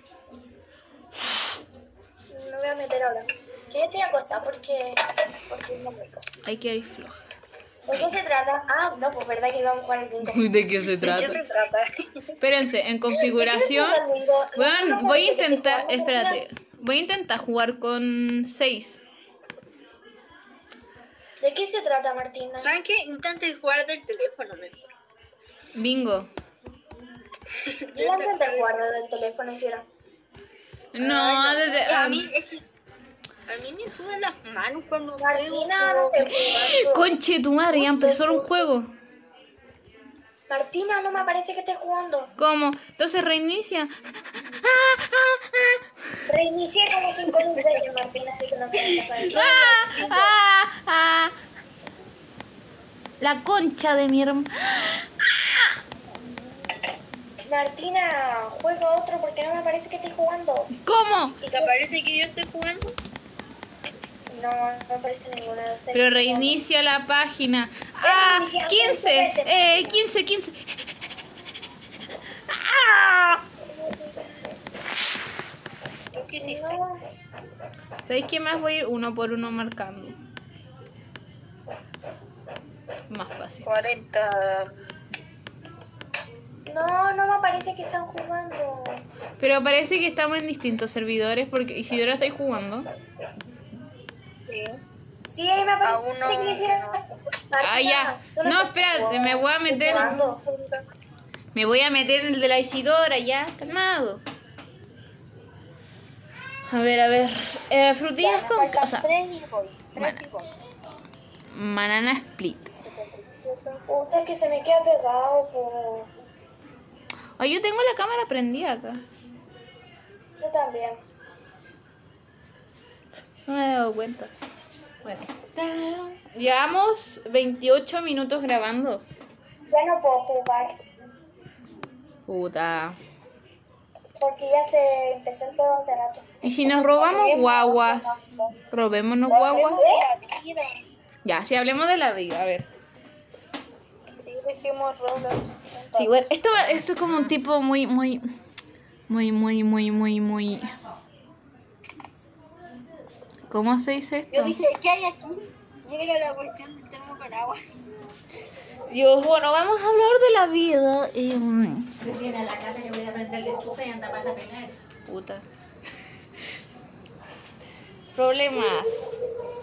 Speaker 2: No voy a meter ahora. ¿Qué te acostar porque, porque no me acuerdo.
Speaker 1: Hay que ir floja.
Speaker 2: ¿De qué se trata? Ah, no, pues verdad que íbamos a jugar el bingo.
Speaker 1: ¿De qué se
Speaker 3: ¿De qué se trata?
Speaker 1: Espérense, en configuración.
Speaker 2: ¿De qué se trata el bingo? No, no,
Speaker 1: Weón,
Speaker 2: no,
Speaker 1: voy a
Speaker 2: no, no,
Speaker 1: intentar.
Speaker 2: no, no, no,
Speaker 1: Espérate. Voy a intentar jugar con 6.
Speaker 2: ¿De qué se trata, Martina?
Speaker 3: ¿Saben qué? Intenten jugar del teléfono mejor.
Speaker 1: Bingo.
Speaker 2: Yo la intenté jugar del teléfono, si era.
Speaker 1: No, desde. ah,
Speaker 3: a
Speaker 2: um,
Speaker 3: mí es que a mí me sudan las manos cuando juego.
Speaker 2: Martina, no sé jugar.
Speaker 1: Conche tu madre, ya empezó un juego.
Speaker 2: Martina, no me parece que estés jugando.
Speaker 1: ¿Cómo? Entonces reinicia.
Speaker 2: Reinicié como cinco veces, Martina, así que no puedo pasar.
Speaker 1: ¡Ah! ¡Ah! ¡Ah! La concha de mi hermano.
Speaker 2: Martina, juega otro porque no me parece que estés jugando.
Speaker 1: ¿Cómo?
Speaker 3: ¿Te parece que yo estoy jugando?
Speaker 2: No, no me parece ninguno de ustedes.
Speaker 1: Pero reinicia la página. ¡Ah! 15. Eh, 15, 15. ¡Ah!
Speaker 3: ¿Tú qué hiciste?
Speaker 2: No,
Speaker 1: ¿Sabéis qué más voy a ir uno por uno marcando? Más fácil.
Speaker 3: 40.
Speaker 2: no, no me parece que están jugando.
Speaker 1: Pero parece que estamos en distintos servidores porque Isidora estáis jugando.
Speaker 3: Sí.
Speaker 2: Sí, ahí me
Speaker 3: A
Speaker 2: parece
Speaker 3: uno
Speaker 2: que hicieron
Speaker 3: que no.
Speaker 2: eso.
Speaker 1: Ah, ya.
Speaker 2: tú
Speaker 1: No,
Speaker 2: estás
Speaker 1: espérate,
Speaker 2: jugando.
Speaker 1: me voy a
Speaker 2: Estoy
Speaker 1: meter.
Speaker 2: jugando.
Speaker 1: Me voy a meter en el de la Isidora, ya, calmado. A ver, a ver. Eh, frutillas
Speaker 3: Ya, me
Speaker 1: con.
Speaker 3: faltan
Speaker 1: O sea,
Speaker 3: tres y voy. Tres y voy.
Speaker 1: banana split.
Speaker 2: Puta, es que se me queda pegado, po.
Speaker 1: Oh, yo tengo la cámara prendida acá.
Speaker 2: Yo también.
Speaker 1: No me he dado cuenta. Bueno, ¡tadán! llevamos 28 minutos grabando.
Speaker 2: Ya no puedo jugar
Speaker 1: Puta.
Speaker 2: porque ya se empezó el juego hace rato.
Speaker 1: ¿Y si nos robamos guaguas? ¿Robémonos guaguas?
Speaker 3: La vida.
Speaker 1: Ya, si hablemos de la vida, a ver.
Speaker 3: Y dejemos Roblox.
Speaker 1: Sí, bueno, esto, esto es como un tipo muy, muy, muy, muy, muy, muy, muy... ¿Cómo se dice esto?
Speaker 3: Yo dije, ¿qué hay aquí? Llega la cuestión del termo con agua.
Speaker 1: Dios, bueno, vamos a hablar de la vida. em,
Speaker 4: Que tiene a la casa que voy a prender la estufa y anda para la pelea esa.
Speaker 1: puta. Problemas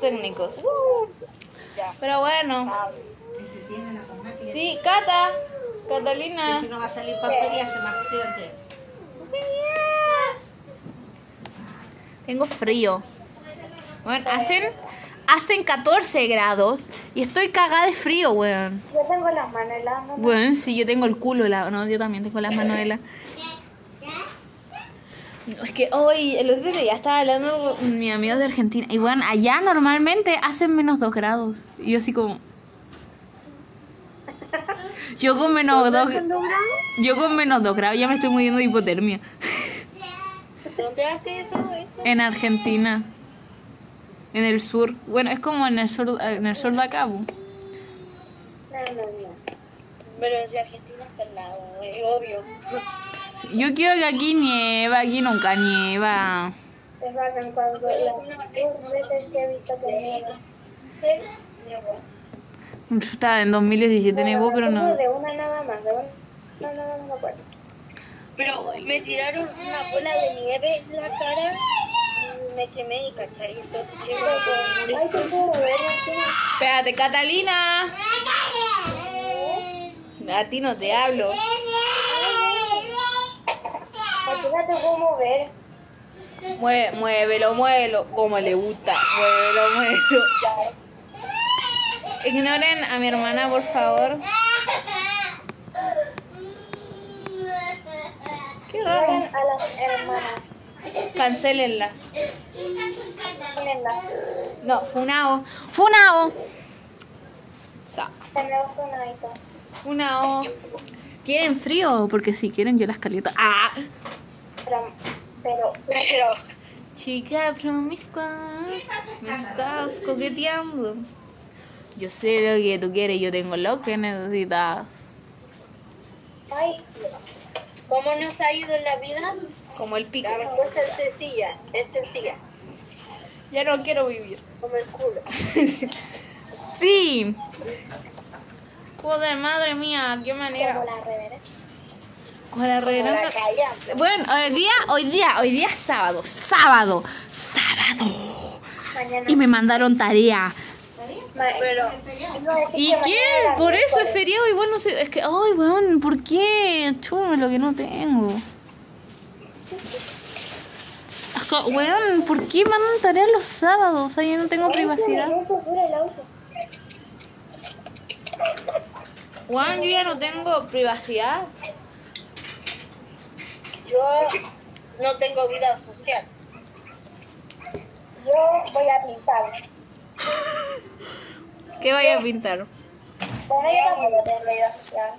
Speaker 1: técnicos. Uh.
Speaker 3: Ya.
Speaker 1: Pero bueno,
Speaker 4: Entretiene la mamá que
Speaker 1: sí, Cata, Catalina.
Speaker 4: si no va a salir para feria hace más frío que...
Speaker 1: Tengo frío. Bueno, hacen, hacen 14 grados y estoy cagada de frío, weón.
Speaker 2: Yo tengo las manos heladas, ¿no?
Speaker 1: Bueno, sí, yo tengo el culo helado. No, yo también tengo las manos heladas. No, es que hoy, el otro día estaba hablando con mis amigos de Argentina. Y bueno, allá normalmente hacen menos 2 grados. Y yo así como... Yo con menos 2 Yo con menos 2 grados ya me estoy muriendo de hipotermia.
Speaker 3: ¿Dónde hace eso? eso?
Speaker 1: En Argentina. En el sur. Bueno, es como en el sur, en el sur de acá. bu.
Speaker 2: No, no, no.
Speaker 3: Pero si Argentina está al lado, es obvio.
Speaker 1: Yo quiero que aquí nieva, aquí nunca nieva.
Speaker 2: Es bacán cuando las dos veces que he visto que nieva.
Speaker 3: Sí, mi amor.
Speaker 1: Estaba en 2017 nevó, pero no.
Speaker 2: De una nada más, de una. No, no, no me acuerdo.
Speaker 3: Pero me tiraron una bola de nieve en la cara y me quemé, ¿cachai? Entonces yo no puedo morir.
Speaker 2: Ay, ¿se puede mover aquí?
Speaker 1: Espérate, Catalina. A ti no te hablo.
Speaker 2: Aquí no te puedo mover.
Speaker 1: Mueve, muévelo, muévelo. Como le gusta. Muévelo, muévelo. Ignoren a mi hermana, por favor. Qué raro.
Speaker 2: Vayan a las hermanas.
Speaker 1: Cancelenlas.
Speaker 2: Mírenlas.
Speaker 1: No, funao. Funao. Sa.
Speaker 2: Tenemos un hábito.
Speaker 1: Funao. ¿Tienen frío? Porque si quieren yo las caliento. Ah.
Speaker 2: Pero, pero,
Speaker 3: Pero
Speaker 1: Chica promiscua, me estás coqueteando. Yo sé lo que tú quieres, yo tengo lo que necesitas.
Speaker 2: ay,
Speaker 3: ¿Cómo nos ha ido en la vida?
Speaker 1: Como el pico.
Speaker 3: La respuesta es sencilla, es sencilla,
Speaker 1: Ya no quiero vivir.
Speaker 3: como el culo.
Speaker 1: Sí. Joder, madre mía, qué manera.
Speaker 2: como la revera.
Speaker 1: Con la
Speaker 3: Como
Speaker 1: reverenda-
Speaker 3: la calla.
Speaker 1: Bueno, hoy día, hoy día, hoy día es sábado, sábado, sábado.
Speaker 2: Mañana.
Speaker 1: Y me mandaron tarea.
Speaker 4: ¿Está bien?
Speaker 2: Ma-
Speaker 3: Pero-
Speaker 2: iba a decir
Speaker 1: ¿Y
Speaker 2: que mañana
Speaker 1: qué?
Speaker 2: era
Speaker 1: Por eso es
Speaker 2: miércoles.
Speaker 1: feriado, igual no sé. Es que, ay, weón, ¿por qué? Chume lo que no tengo. Es que, Weón, ¿por qué mandan tarea los sábados? O sea, yo no tengo
Speaker 2: Once
Speaker 1: privacidad.
Speaker 2: minutos dura el auto.
Speaker 1: Weón, yo ya no tengo privacidad.
Speaker 3: Yo no tengo vida social.
Speaker 2: Yo voy a pintar.
Speaker 1: ¿Qué vaya a pintar?
Speaker 2: Bueno, yo tampoco tengo vida social.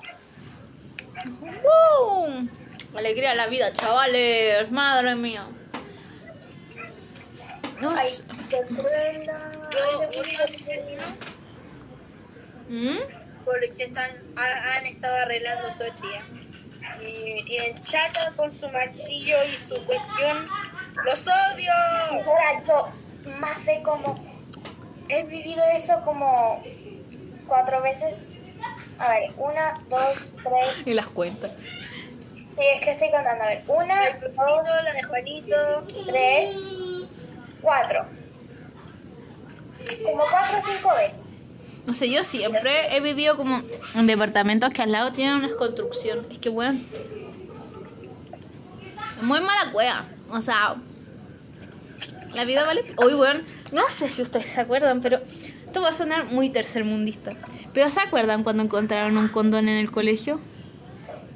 Speaker 1: ¡Woo! Alegría a la vida, chavales. Madre mía. No
Speaker 2: Ay,
Speaker 1: sé.
Speaker 2: qué cruela.
Speaker 3: Yo odio a mis vecinos
Speaker 1: ¿Mm?
Speaker 3: porque están, ha- han estado arreglando todo el día. Y me tienen chata con su martillo y su cuestión. ¡Los odio!
Speaker 2: Ahora yo más de como he vivido eso como cuatro veces. A ver, una, dos, tres.
Speaker 1: Y las cuentas.
Speaker 2: Sí, es que estoy contando. A ver, una,
Speaker 3: La de
Speaker 2: dos,
Speaker 3: Pepito, la de Juanito.
Speaker 2: tres, cuatro. Como cuatro o cinco veces.
Speaker 1: No sé, yo siempre he vivido como en departamentos que al lado tienen unas construcciones. Es que, weón. Es muy mala cueva. O sea, la vida vale. Hoy, weón, no sé si ustedes se acuerdan, pero esto va a sonar muy tercermundista. Pero ¿se acuerdan cuando encontraron un condón en el colegio?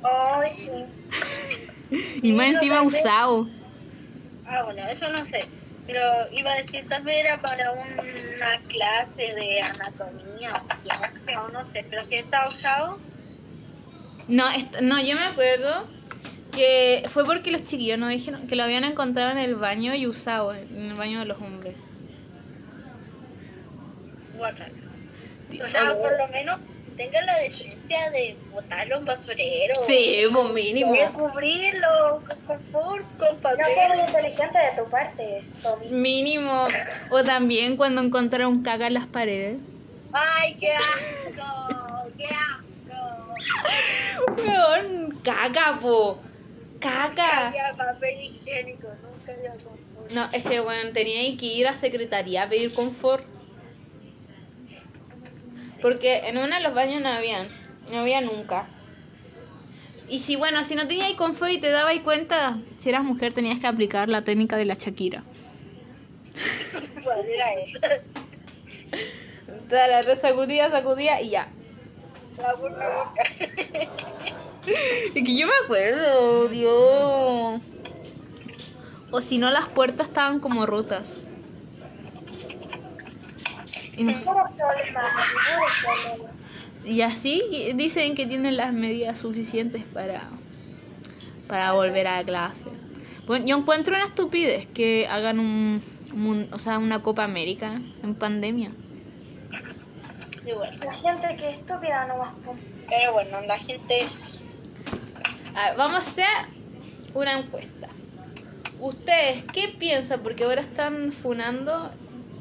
Speaker 2: Ay, sí.
Speaker 1: Y más encima usado.
Speaker 3: Ah, bueno, eso no sé. Pero iba a decir, tal vez era para una clase de anatomía o clase, o no sé. Pero si está usado,
Speaker 1: No, est- no, yo me acuerdo que fue porque los chiquillos nos dijeron que lo habían encontrado en el baño y usado, en el baño de los hombres.
Speaker 3: guácala. O sea, por lo menos tenga la decencia de botarlo en basurero.
Speaker 1: Sí, pues mínimo.
Speaker 3: De cubrirlo con, con, con
Speaker 2: No
Speaker 3: papel.
Speaker 2: fue muy inteligente de tu parte, Tommy.
Speaker 1: Mínimo. O también cuando encontraron caca en las paredes.
Speaker 3: ¡Ay, qué asco! ¡Qué asco!
Speaker 1: Weón, caca, po. Caca.
Speaker 3: Había papel higiénico, nunca había confort.
Speaker 1: No, es que, weón, tenía que ir a secretaría a pedir confort. Porque en uno de los baños no habían. No había nunca. Y si, bueno, si no tenías confort y te dabas cuenta, si eras mujer tenías que aplicar la técnica de la Shakira.
Speaker 3: ¿Cuál era eso?
Speaker 1: Dale, te sacudía, sacudía y ya.
Speaker 3: La burla boca.
Speaker 1: Es que yo me acuerdo, Dios. O si no, las puertas estaban como rotas. Y, nos-
Speaker 2: Puro problema, puro problema.
Speaker 1: y así dicen que tienen las medidas suficientes para, para volver a clase. Bueno, yo encuentro una estupidez que hagan un, mun- o sea, una Copa América en pandemia.
Speaker 3: Igual.
Speaker 2: La gente que es estúpida nomás. po.
Speaker 3: Pero bueno, la gente es.
Speaker 1: A ver, vamos a hacer una encuesta. ¿Ustedes qué piensan? Porque ahora están funando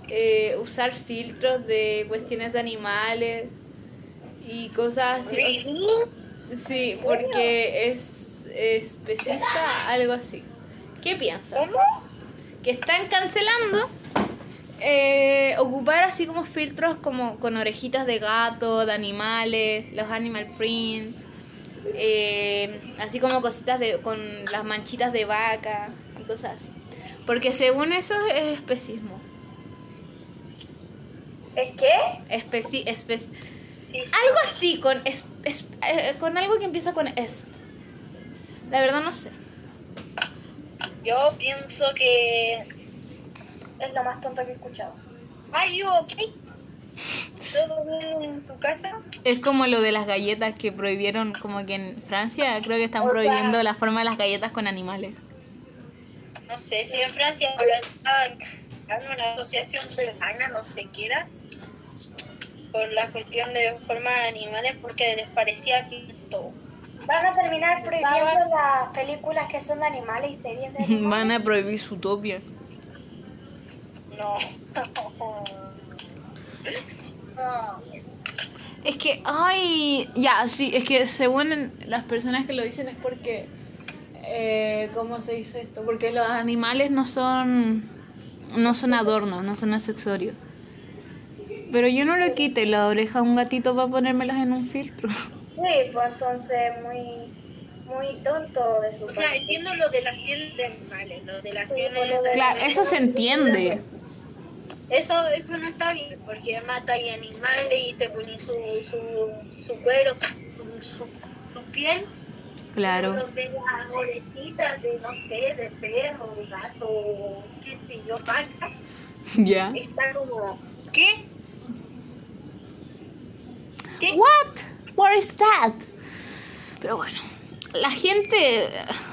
Speaker 1: eh, usar filtros de cuestiones de animales y cosas así. O sea, Sí, porque es especista, algo así. ¿Qué piensan?
Speaker 2: ¿Cómo?
Speaker 1: Que están cancelando eh, ocupar así como filtros como con orejitas de gato, de animales, los animal print, eh, así como cositas de, con las manchitas de vaca y cosas así. Porque según eso es especismo.
Speaker 2: ¿Es qué?
Speaker 1: Especi espe- algo así, con, es- es- eh, con algo que empieza con es. La verdad no sé.
Speaker 3: Yo pienso que.
Speaker 2: Es lo más tonto que he escuchado.
Speaker 3: Ay, yo, ok. ¿Todo bien en tu casa?
Speaker 1: Es como lo de las galletas que prohibieron, como que en Francia creo que están
Speaker 3: O sea-
Speaker 1: prohibiendo la forma de las galletas con animales.
Speaker 3: No sé si en Francia ahora estaban creando una asociación vegana, no sé qué era, por la cuestión de forma de animales, porque les parecía que todo.
Speaker 2: Van a terminar
Speaker 3: Baba.
Speaker 2: prohibiendo las películas que son de animales y series de animales.
Speaker 1: Van a prohibir Zootopia.
Speaker 3: No. no.
Speaker 1: Es que, ay, ya, sí, es que según las personas que lo dicen es porque, eh, ¿cómo se dice esto? Porque los animales no son, no son adornos, no son accesorios. Pero yo no le quite la oreja a un gatito para ponérmelas en un filtro.
Speaker 2: Sí, pues entonces muy, muy tonto de su
Speaker 3: O sea,
Speaker 2: parte.
Speaker 3: entiendo lo de la piel de animales, lo de la piel de
Speaker 1: Claro, eso se entiende.
Speaker 3: Eso, eso no está bien, porque mata y animales y te pones su, su, su cuero, su, su, su piel.
Speaker 1: Claro.
Speaker 3: De las orecitas de, no sé, de perro, de gato, qué sé yo, vaca.
Speaker 1: Ya.
Speaker 3: Está como, ¿qué? ¿Qué?
Speaker 1: What? What is that? Pero bueno, la gente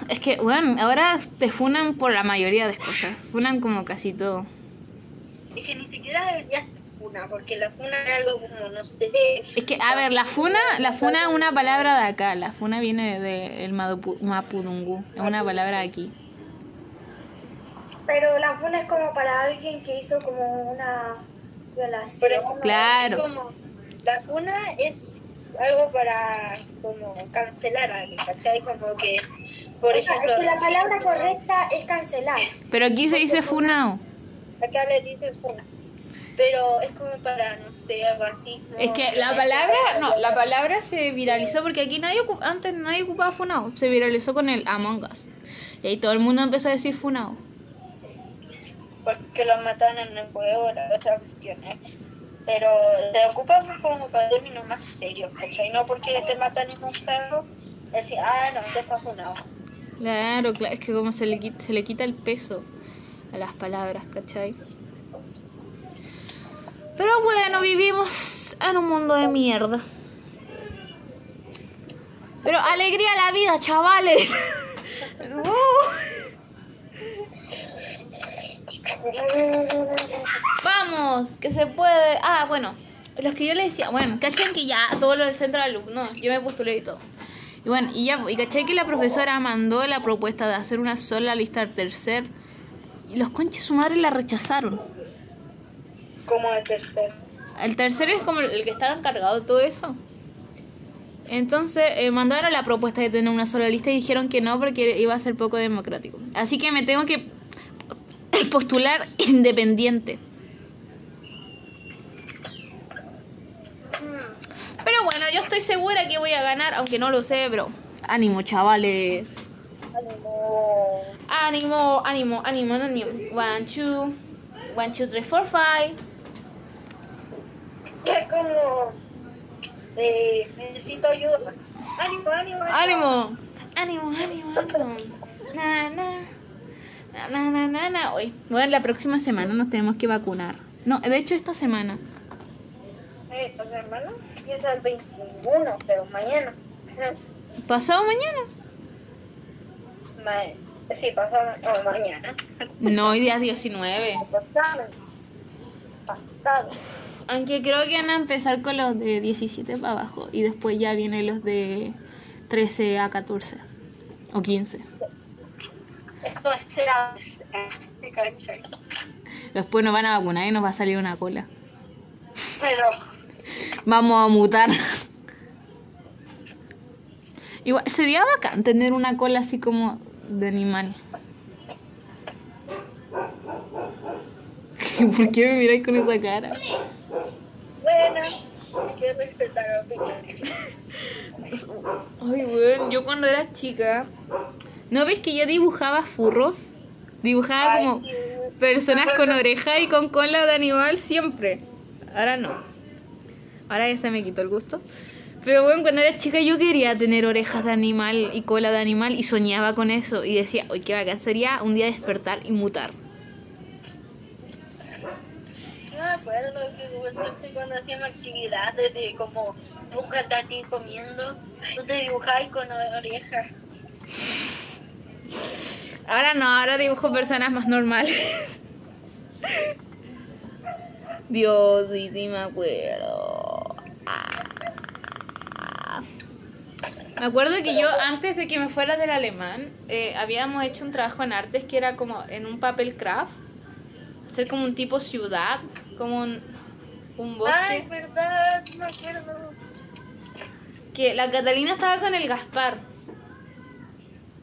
Speaker 1: es que bueno, ahora te funan por la mayoría de cosas. Funan como casi todo.
Speaker 3: Es que ni siquiera debería ser una, porque la funa es algo como, no sé.
Speaker 1: Es que a ver, la funa, la funa es una palabra de acá. La funa viene del Maputungu, mapudungú, es una palabra de aquí.
Speaker 2: Pero la funa es como para alguien que hizo como una violación.
Speaker 3: Por eso,
Speaker 1: Claro.
Speaker 3: es como, la funa es algo para como cancelar algo, ¿cachai? Como que, por
Speaker 2: O sea,
Speaker 3: ejemplo,
Speaker 2: es que la palabra correcta es cancelar.
Speaker 1: Pero aquí se dice funao.
Speaker 3: acá le dicen funa, pero es como para, no sé, algo así. ¿no?
Speaker 1: Es que la palabra, no, la palabra se viralizó porque aquí nadie ocu- antes nadie ocupaba funao, se viralizó con el Among Us. Y ahí todo el mundo empezó a decir funao.
Speaker 3: porque lo matan en el juego, la otra cuestión, ¿eh? Pero te ocupan como para términos más serios, ¿cachai? No porque te matan en un juego, decir, ah, no, te estás funado.
Speaker 1: Claro, claro, es que como se le, qui- se le quita el peso a las palabras, ¿cachai? Pero bueno, vivimos en un mundo de mierda. Pero alegría a la vida, chavales. Uh. Vamos, que se puede. Ah, bueno, los que yo les decía, bueno, cachen que ya todo lo del centro de alumnos, yo me postulé y todo. Y bueno, y ya, y caché que la profesora mandó la propuesta de hacer una sola lista al tercer. Y los conches su madre la rechazaron.
Speaker 3: Como el tercer.
Speaker 1: El tercero es como el que estaba encargado de todo eso. Entonces eh, mandaron la propuesta de tener una sola lista y dijeron que no porque iba a ser poco democrático. Así que me tengo que postular independiente. Pero bueno, yo estoy segura que voy a ganar, aunque no lo sé, pero ánimo, chavales.
Speaker 3: Ánimo.
Speaker 1: Ánimo, ánimo, ánimo, ánimo. One, two, one, two, three, four, five.
Speaker 3: Es como, eh, necesito ayuda. Ánimo, ánimo,
Speaker 1: ¡Ánimo! ¡Ánimo, ánimo, ánimo! Na, na. Na, na, na, na, na. Hoy. Bueno, la próxima semana nos tenemos que vacunar. No, de hecho, esta semana.
Speaker 3: Eh, pues, hermano, empieza el 21, pero mañana.
Speaker 1: ¿Pasado mañana?
Speaker 3: Ma sí, pasado, no, mañana.
Speaker 1: No, hoy día es 19.
Speaker 3: Pasado. Pasado.
Speaker 1: Aunque creo que van a empezar con los de 17 para abajo. Y después ya vienen los de 13 a 14. O 15.
Speaker 3: Esto es será. ¿Cachai?
Speaker 1: Después nos van a vacunar y nos va a salir una cola.
Speaker 3: Pero
Speaker 1: Vamos a mutar. Igual, sería bacán tener una cola así como de animal. ¿Por qué me miráis con esa cara?
Speaker 3: Bueno, hay que respetar la opinión.
Speaker 1: Ay, weón, yo cuando era chica, ¿no ves que yo dibujaba furros? Dibujaba
Speaker 3: Ay,
Speaker 1: como
Speaker 3: sí.
Speaker 1: personas con oreja y con cola de animal siempre. Ahora no. Ahora ya se me quitó el gusto. Pero bueno, cuando era chica yo quería tener orejas de animal y cola de animal y soñaba con eso y decía, hoy qué bacán sería un día despertar y mutar.
Speaker 3: No me acuerdo Ah, que justamente cuando hacíamos actividades de como busca a ti comiendo, tú te dibujabas con orejas.
Speaker 1: Ahora no, ahora dibujo personas más normales. Dios, sí, sí me acuerdo. Ah. Me acuerdo que yo antes de que me fuera del alemán, eh, habíamos hecho un trabajo en artes que era como en un papel craft, hacer como un tipo ciudad, como un, un bosque.
Speaker 3: Ay, verdad, no me acuerdo.
Speaker 1: Que la Catalina estaba con el Gaspar,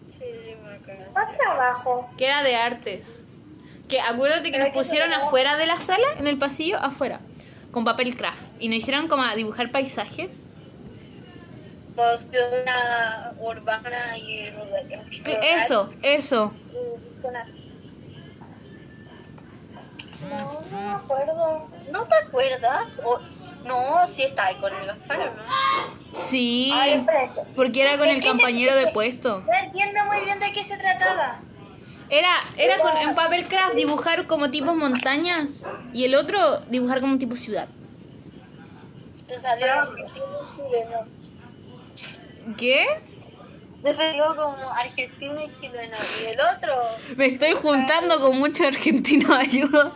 Speaker 3: Sí, me acuerdo.
Speaker 2: ¿Cuál trabajo?
Speaker 1: que era de artes. Que acuérdate que nos pusieron afuera de la sala, en el pasillo, afuera, con papel craft. Y nos hicieron como a dibujar paisajes.
Speaker 3: Postura Pues, urbana y rural.
Speaker 1: Que- Eso, eso.
Speaker 3: Y zonas.
Speaker 2: No, no me acuerdo.
Speaker 3: ¿No te acuerdas? O, no, sí está ahí con el Gaspar, ¿o ¿no?
Speaker 1: Sí,
Speaker 2: Ay, espérense.
Speaker 1: porque era con
Speaker 2: ¿De
Speaker 1: el
Speaker 2: qué se-
Speaker 1: compañero de puesto.
Speaker 2: No entiendo muy bien de qué se trataba.
Speaker 1: Era, era con, en papel craft dibujar como tipos montañas y el otro dibujar como tipo ciudad.
Speaker 3: Te salió chileno.
Speaker 1: ¿Qué?
Speaker 3: Te salió como argentino y chileno. Y el otro,
Speaker 1: Me estoy juntando con muchos argentinos, ayuda.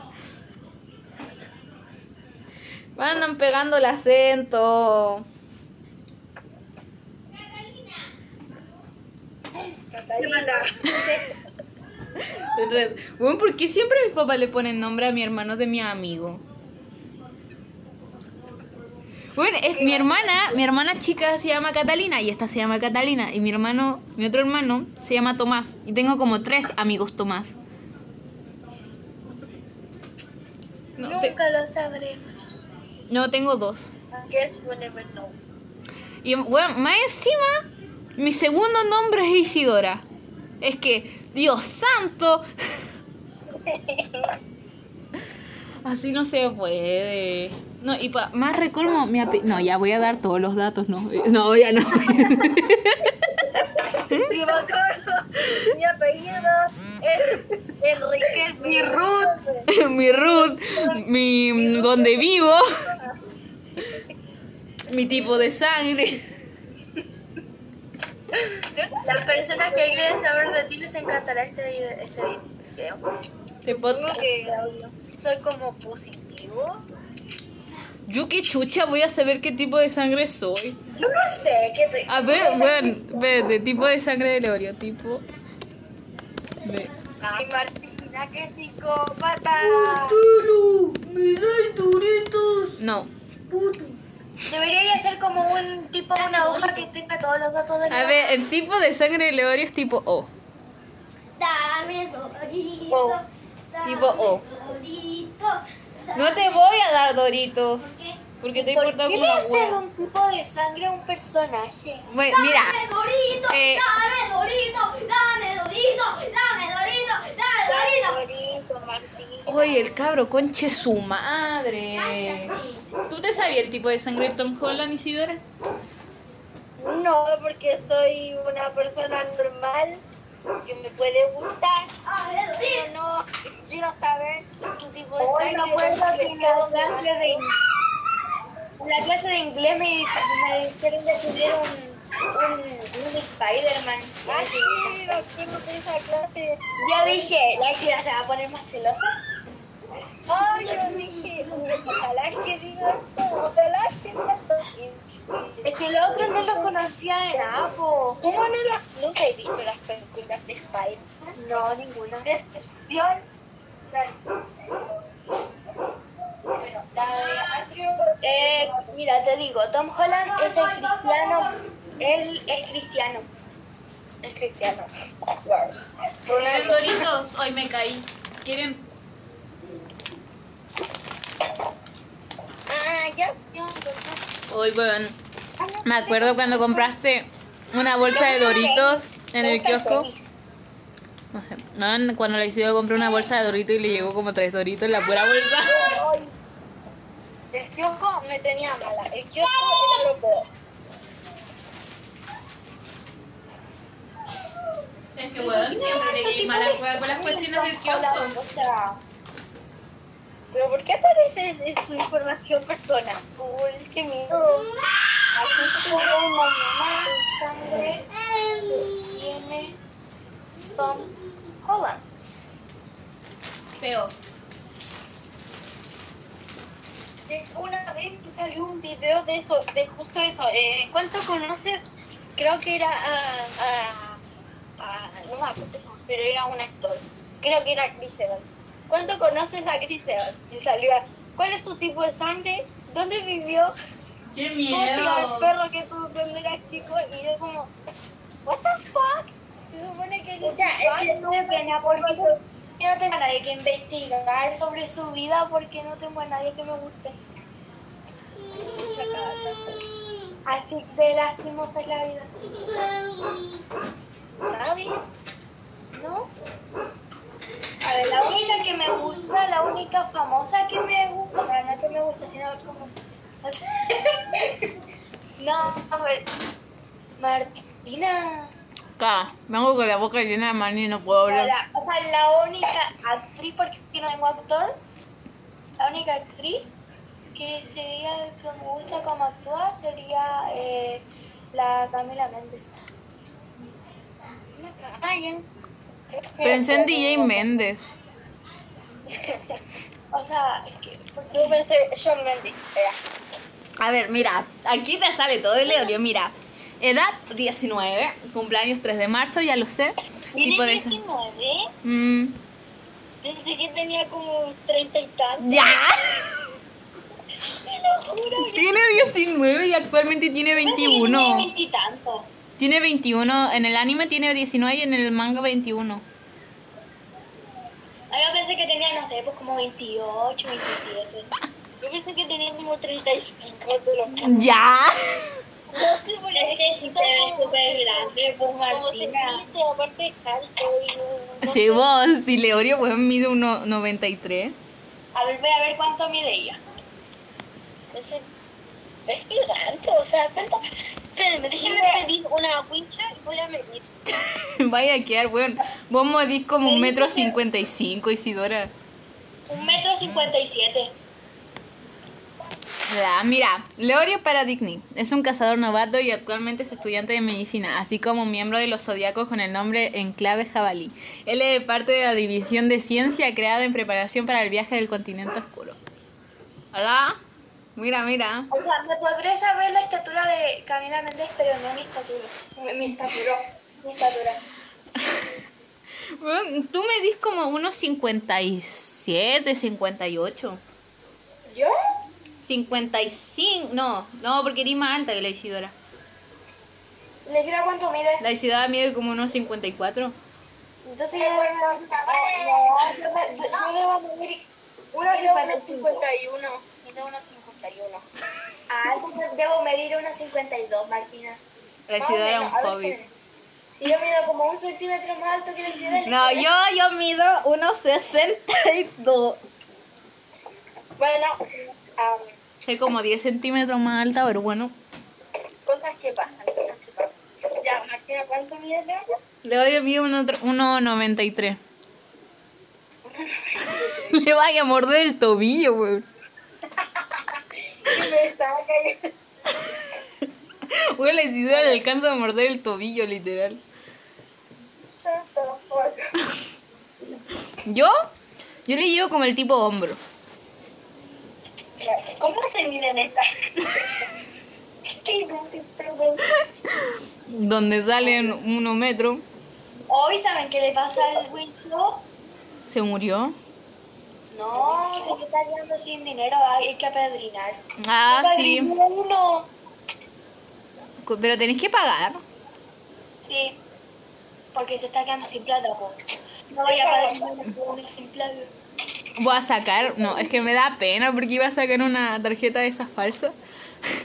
Speaker 1: Andan pegando el acento.
Speaker 3: Catalina.
Speaker 1: Re- Bueno, ¿por qué siempre mis papás le ponen nombre a mi hermano de mi amigo? Bueno, es, mi hermana, mi hermana chica se llama Catalina y esta se llama Catalina y mi hermano, mi otro hermano se llama Tomás y tengo como tres amigos Tomás. No, te-
Speaker 2: Nunca lo sabremos.
Speaker 1: no tengo dos.
Speaker 3: Guess we never know.
Speaker 1: Y bueno, más encima, mi segundo nombre es Isidora. Es que, Dios santo. Así no se puede. No, y pa- más recolmo, mi ape- No, ya voy a dar todos los datos, no. No, ya no.
Speaker 3: Y me acuerdo, mi apellido es Enrique Mi Ruth.
Speaker 1: mi root, mi donde vivo, mi tipo de sangre.
Speaker 2: Las personas que quieren saber de ti les encantará este video. Este video.
Speaker 1: Este podcast.
Speaker 3: Soy como positivo.
Speaker 1: Yo qué chucha voy a saber qué tipo de sangre soy.
Speaker 2: Yo no sé qué te...
Speaker 1: A ver, bueno, espérate, tipo de sangre del Oreo, tipo. De...
Speaker 3: Ay, Martina, qué psicópata.
Speaker 4: ¡Tulu! ¡Me dais duritos!
Speaker 1: No.
Speaker 4: ¡Puto!
Speaker 2: Debería ser como un tipo, una hoja que tenga todos los datos de
Speaker 1: A ver, el tipo de sangre del Oreo es tipo O.
Speaker 5: Dame dorito.
Speaker 3: Oh,
Speaker 5: dame
Speaker 1: tipo O. Ah.
Speaker 5: Dorito.
Speaker 1: No te voy a dar doritos.
Speaker 5: qué?
Speaker 1: Porque te he
Speaker 2: ¿Por
Speaker 1: portado
Speaker 2: qué
Speaker 1: como
Speaker 2: le
Speaker 1: una
Speaker 2: hacen
Speaker 1: hueá.
Speaker 2: un tipo de sangre a un personaje?
Speaker 1: Bueno, mira.
Speaker 5: Dame dorito.
Speaker 1: eh,
Speaker 5: Dame dorito. Dame dorito. Dame dorito. Dame dorito.
Speaker 3: Bonito, Martina.
Speaker 1: Oye, el cabro, conche su madre.
Speaker 5: Cállate.
Speaker 1: ¿Tú te sabías el tipo de sangre de Tom Holland, Isidora?
Speaker 3: No, porque soy una persona normal que me puede gustar.
Speaker 5: Dame
Speaker 3: Pero
Speaker 5: dorito.
Speaker 3: no quiero saber su tipo de
Speaker 2: Hoy
Speaker 3: sangre.
Speaker 2: me acuerdo que en la clase de, en la clase de inglés me, me dijeron de subir un, un, un Spider-Man.
Speaker 3: Ah, sí, me acuerdo de esa clase.
Speaker 2: Yo dije, la chida se va a poner más celosa.
Speaker 3: Ay, yo dije, ojalá que diga esto, ojalá que diga esto.
Speaker 2: Es que los otros no los conocía de nada, po.
Speaker 3: ¿Cómo no las, nunca he visto las películas de este Spider?
Speaker 2: No, ninguno. Yo, Eh, mira, te digo, Tom Holland es el cristiano Él es cristiano.
Speaker 3: Es cristiano.
Speaker 1: Los doritos, hoy me caí. ¿Quieren?
Speaker 2: Ah, ya.
Speaker 1: Hoy, weón. Me acuerdo cuando compraste una bolsa de doritos en el kiosco. No sé. No, cuando le hicieron compré una bolsa de doritos y le llegó como tres doritos en la pura bolsa.
Speaker 3: El kiosco me tenía mala. El kiosco era lo peor.
Speaker 1: Es que, weón, siempre te llegué mala hueá con las cuestiones del kiosco.
Speaker 3: O sea. Pero ¿por qué aparece de su información persona? Uy, es que miedo.
Speaker 2: Aquí estuvo mi mamá, sangre, tiene Tom Holland.
Speaker 1: Feo.
Speaker 3: De- Una vez salió un video de eso, de justo eso. Eh, ¿Cuánto conoces? Creo que era a, a- a- No me acuerdo, pero era un actor. Creo que era Chris Evans. ¿Cuánto conoces a Chris Evans? Y salió a, ¿Cuál es su tipo de sangre? ¿Dónde vivió?
Speaker 1: ¡Qué
Speaker 3: ¿Cómo se llama el
Speaker 1: miedo!
Speaker 3: perro que tuvo cuando era chico? Y yo como... ¿What the fuck? Se supone que...
Speaker 2: Escucha, es que tuve pena porque yo no tengo a nadie que investigar sobre su vida porque no tengo a nadie que me guste. Así de lastimosa es la vida.
Speaker 3: ¿Nadie?
Speaker 2: ¿No? A ver, la única que me gusta, la única famosa que me gusta, o sea, no que me gusta, sino como... o sea, no, a ver, Martina.
Speaker 1: Acá, vengo con la boca llena de maní y no puedo hablar.
Speaker 2: La, o sea, la única actriz, porque no tengo actor, la única actriz que sería que me gusta como actúa sería eh, la Camila Méndez.
Speaker 3: Ah, ya.
Speaker 1: Pensé en DJ Méndez.
Speaker 2: O sea, es que... porque-
Speaker 3: Yo pensé Sean Mendes. Era.
Speaker 1: A ver, mira, aquí te sale todo el audio, mira. Edad 19, cumpleaños 3 de marzo, ya lo sé. Tipo de
Speaker 3: ¿Tiene 19?
Speaker 1: Mm,
Speaker 3: Pensé que tenía como 30 y tantos.
Speaker 1: ¡Ya!
Speaker 3: Te lo juro.
Speaker 1: Tiene 19 y actualmente tiene
Speaker 3: Pensé que tenía
Speaker 1: 21.
Speaker 3: 20 y tantos.
Speaker 1: Tiene 21, en el anime tiene 19 y en el manga 21.
Speaker 2: Ah, Yo pensé que tenía, no sé, pues como 28, 27.
Speaker 3: Yo pensé que tenía como 35. Te lo juro.
Speaker 1: ¡Ya!
Speaker 3: No sé por qué.
Speaker 2: Sí, se ve súper grande, pues
Speaker 3: Como se
Speaker 2: Martina.
Speaker 3: mete, aparte es alto. y no- no
Speaker 1: Sí,
Speaker 3: sé.
Speaker 1: vos, Sileorio, weón, mide 1,93.
Speaker 2: A ver, voy a ver cuánto mide ella.
Speaker 3: Ese- Es gigante, o sea, cuenta. Espérenme, déjenme pedir una wincha y voy a medir.
Speaker 1: Vaya a quedar, weón. Vos modís como un metro 55, Isidora.
Speaker 2: Un metro cincuenta y siete.
Speaker 1: Ya, mira, Leorio Paradigni es un cazador novato y actualmente es estudiante de medicina, así como miembro de los zodiacos con el nombre Enclave Jabalí. Él es parte de la división de ciencia creada en preparación para el viaje del continente oscuro. Hola, mira, mira.
Speaker 2: O sea, me podré saber la estatura de Camila Méndez, pero no mi estatura. Mi, mi estatura. Mi estatura.
Speaker 1: Weón, Tú me dis como unos 57, 58.
Speaker 2: ¿Yo?
Speaker 1: 55, no, no, porque eres más alta que la Isidora.
Speaker 2: ¿Le dijera cuánto mide?
Speaker 1: La Isidora mide como unos 54.
Speaker 2: Entonces yo voy a... No, no, yo me- yo- yo debo medir
Speaker 3: Mide
Speaker 2: 1,55.
Speaker 3: 1,51. Mide 1,51.
Speaker 2: Ah, entonces debo medir 1,52, Martina.
Speaker 1: La
Speaker 2: Más o
Speaker 1: Isidora es un
Speaker 2: menos. Ah, A ver,
Speaker 1: hobbit.
Speaker 2: espérenme. Si yo mido como un centímetro más alto que la ciudad,
Speaker 1: No, yo, yo mido 1,62.
Speaker 3: Bueno, ah,
Speaker 1: Soy como 10 centímetros más alta, pero bueno.
Speaker 3: cosas que pasan. cosas que pasan. Ya, Martina, ¿cuánto mide Leo?
Speaker 1: Le doy a mí un otro- 1,93. Le vaya a morder el tobillo, weón.
Speaker 3: Y me saca y-
Speaker 1: Weón, la Isidora le alcanza a morder el tobillo, literal. ¿Yo? Yo le llevo como el tipo hombro.
Speaker 3: ¿Cómo se miden estas? Qué inútil pregunta.
Speaker 1: Donde salen 1 metro.
Speaker 2: Hoy, ¿saben qué le pasó al Winslow?
Speaker 1: Se murió.
Speaker 2: No, se que está quedando sin dinero, hay que apedrinar.
Speaker 1: Ah, sí.
Speaker 3: Uno.
Speaker 1: cu- pero tenés que pagar.
Speaker 2: Sí. Porque se está quedando sin plata, po. No voy a pagar uno sin plata.
Speaker 1: Voy a sacar, no, es que me da pena porque iba a sacar una tarjeta de esas falsas.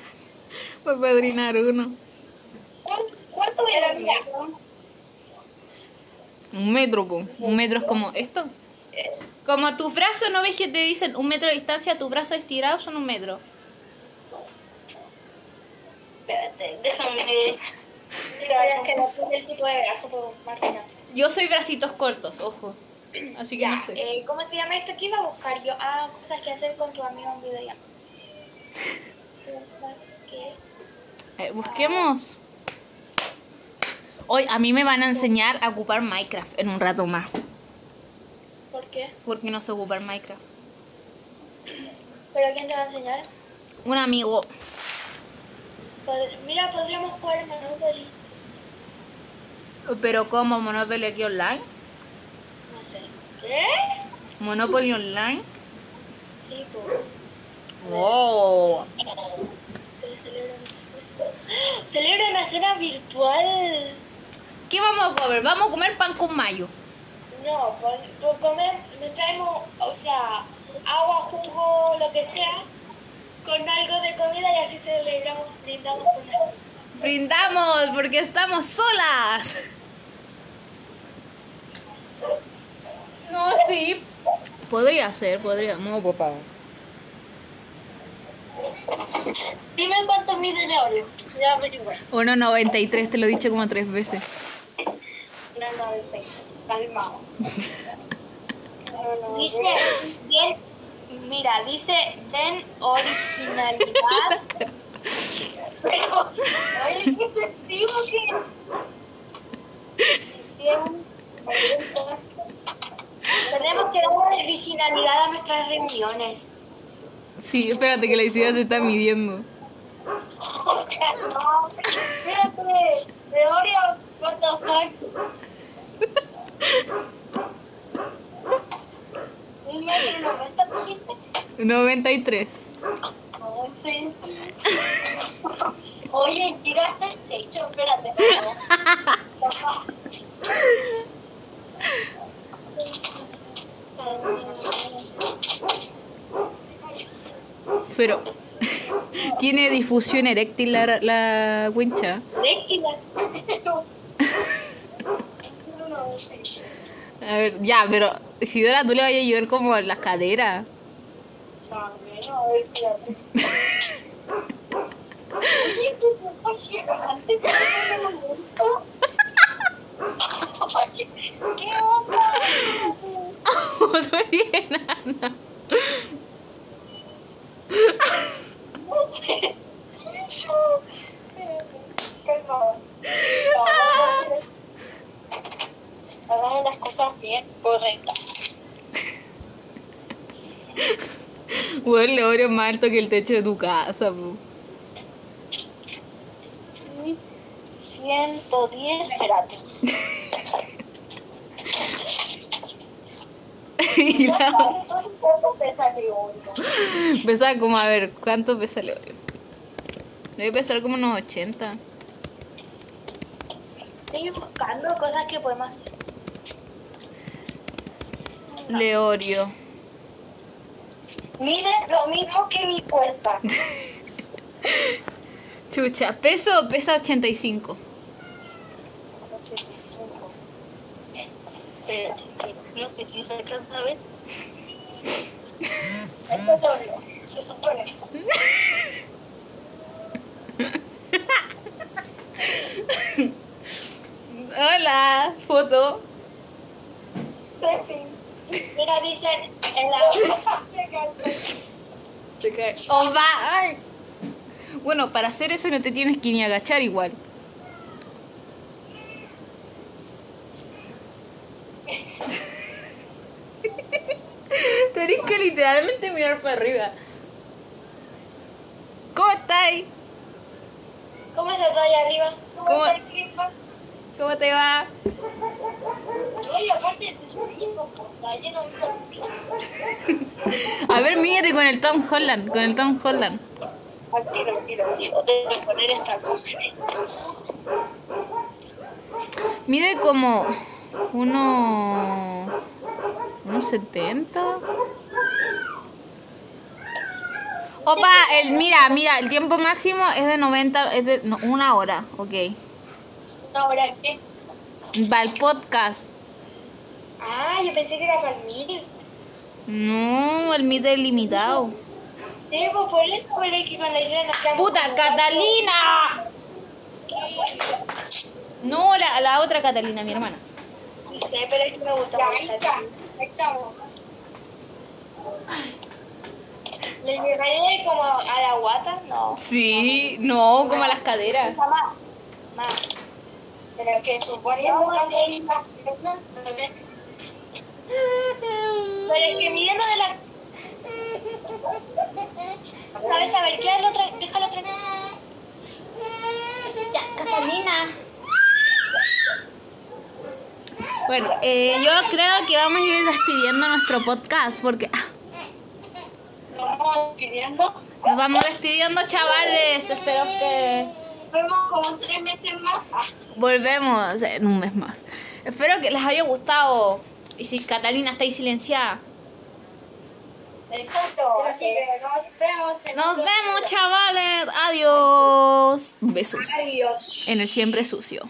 Speaker 1: Voy a padrinar uno.
Speaker 2: ¿Cuánto voy a mira,
Speaker 1: Un metro, po. Un metro es como esto. Como tus brazos, ¿no ves que te dicen un metro de distancia, tus brazos estirados son un metro?
Speaker 3: Espérate, déjame.
Speaker 2: Mira, es que depende del tipo de brazo, po, Martina.
Speaker 1: Yo soy bracitos cortos, ojo. Así que
Speaker 2: Ya,
Speaker 1: no sé.
Speaker 2: eh, ¿cómo se llama esto? ¿Qué iba a buscar yo? Ah, cosas que hacer con tu amigo en videollamada. Cosas que...
Speaker 1: A ver, Eh, busquemos. Hoy a mí me van a enseñar a ocupar Minecraft en un rato más.
Speaker 2: ¿Por qué?
Speaker 1: Porque no sé ocupar Minecraft.
Speaker 2: ¿Pero quién te va a enseñar?
Speaker 1: Un amigo.
Speaker 2: Pod- Mira, podríamos jugar Monopoly.
Speaker 1: Pero como Monopoly aquí online.
Speaker 2: No sé. ¿Qué?
Speaker 1: Monopoly online.
Speaker 2: Sí, po.
Speaker 1: Wow.
Speaker 2: Pero este celebran la cena. Celebran la cena virtual.
Speaker 1: ¿Qué vamos a comer? Vamos a comer pan con mayo.
Speaker 2: No, por, por comer, nos traemos, o sea, agua, jugo, lo que sea, con algo de comida y así celebramos, brindamos con eso.
Speaker 1: Brindamos porque estamos solas. No, sí. Podría ser, podría. No, papá.
Speaker 3: Dime cuánto mide la hora. Ya averigué.
Speaker 1: 1.93, te lo he dicho como tres veces.
Speaker 3: No, no, detecta. Calmado.
Speaker 2: Dice, bien, mira, dice, den originalidad. Pero, oye, ¿qué te digo que? Que un- Tenemos que dar originalidad a nuestras reuniones.
Speaker 1: Sí, espérate que la ciudad se está midiendo.
Speaker 2: No, espérate, Gregorio, what the fuck. Un metro noventa, dijiste.
Speaker 1: 93.
Speaker 2: Oye, tira hasta el techo, espérate.
Speaker 1: Pero tiene difusión eréctil la, la wincha.
Speaker 2: Déjala.
Speaker 1: A ver, ya, pero Isidora, tú le vas a ayudar como en las caderas.
Speaker 2: ¿Qué onda?
Speaker 1: Tú eres enana.
Speaker 3: Hagamos Ah. las cosas bien correctas.
Speaker 1: Bueno, el oro es más alto que el techo de tu casa, po.
Speaker 3: 110, espérate.
Speaker 1: Y la-
Speaker 3: ¿Cuánto pesa Gregorio?
Speaker 1: Pesa como, a ver, ¿cuánto pesa el oro? Debe pesar como unos 80.
Speaker 2: Estoy buscando cosas que podemos hacer.
Speaker 1: Leorio.
Speaker 2: Mide lo mismo que mi cuerpo.
Speaker 1: Chucha, peso pesa 85.
Speaker 3: Espérate, Eh, no sé si se alcanza a ver.
Speaker 2: Esto es obvio, se supone.
Speaker 1: Hola, foto.
Speaker 2: Mira, dicen en la.
Speaker 1: Se cae. O va. ay. Bueno, para hacer eso no te tienes que ni agachar igual. Tenés que literalmente mirar para arriba. ¿Cómo estáis?
Speaker 2: ¿Cómo está todo allá arriba?
Speaker 1: ¿Cómo? ¿Cómo te va?
Speaker 2: Oye, aparte del mismo está lleno de
Speaker 1: A ver, mírate con el Tom Holland, con el Tom Holland.
Speaker 3: Al tiro, al tiro, al tiro. Debo poner esta cosa.
Speaker 1: Mide como uno, unos 70. Opa, el, mira, mira, el tiempo máximo es de 90, es de no, una hora, ok.
Speaker 2: ¿Ahora qué?
Speaker 1: Va el podcast.
Speaker 2: Ah, yo pensé que era para mí.
Speaker 1: No, el mide es limitado.
Speaker 2: Debo, por eso fue que con la isla nos quedamos
Speaker 1: ¡Puta,
Speaker 2: como
Speaker 1: Catalina!
Speaker 2: gatos.
Speaker 1: No, la, la otra Catalina, mi hermana.
Speaker 2: Sí sé, pero es que me gusta más
Speaker 3: Ahí
Speaker 2: Catalina.
Speaker 3: Ahí estamos.
Speaker 2: ¿Le llegaré como a la guata? No.
Speaker 1: Sí, no, como a las caderas.
Speaker 2: Jamás. Más.
Speaker 3: Pero que suponemos que no hay
Speaker 2: Pero es que midiendo de la cabeza, a ver, qué otra, déjalo otra.
Speaker 5: Ya, Catalina.
Speaker 1: Bueno, eh, yo creo que vamos a ir despidiendo nuestro podcast porque ah,
Speaker 3: Nos vamos despidiendo.
Speaker 1: nos vamos despidiendo, chavales. Espero que
Speaker 3: Nos vemos como tres meses más.
Speaker 1: volvemos en un mes más. Espero que les haya gustado. Y si Catalina está ahí silenciada.
Speaker 3: Exacto. Así que nos vemos. en
Speaker 1: Nos
Speaker 3: otro
Speaker 1: vemos, chavales. Adiós. Besos.
Speaker 3: video. Adiós.
Speaker 1: En el siempre sucio.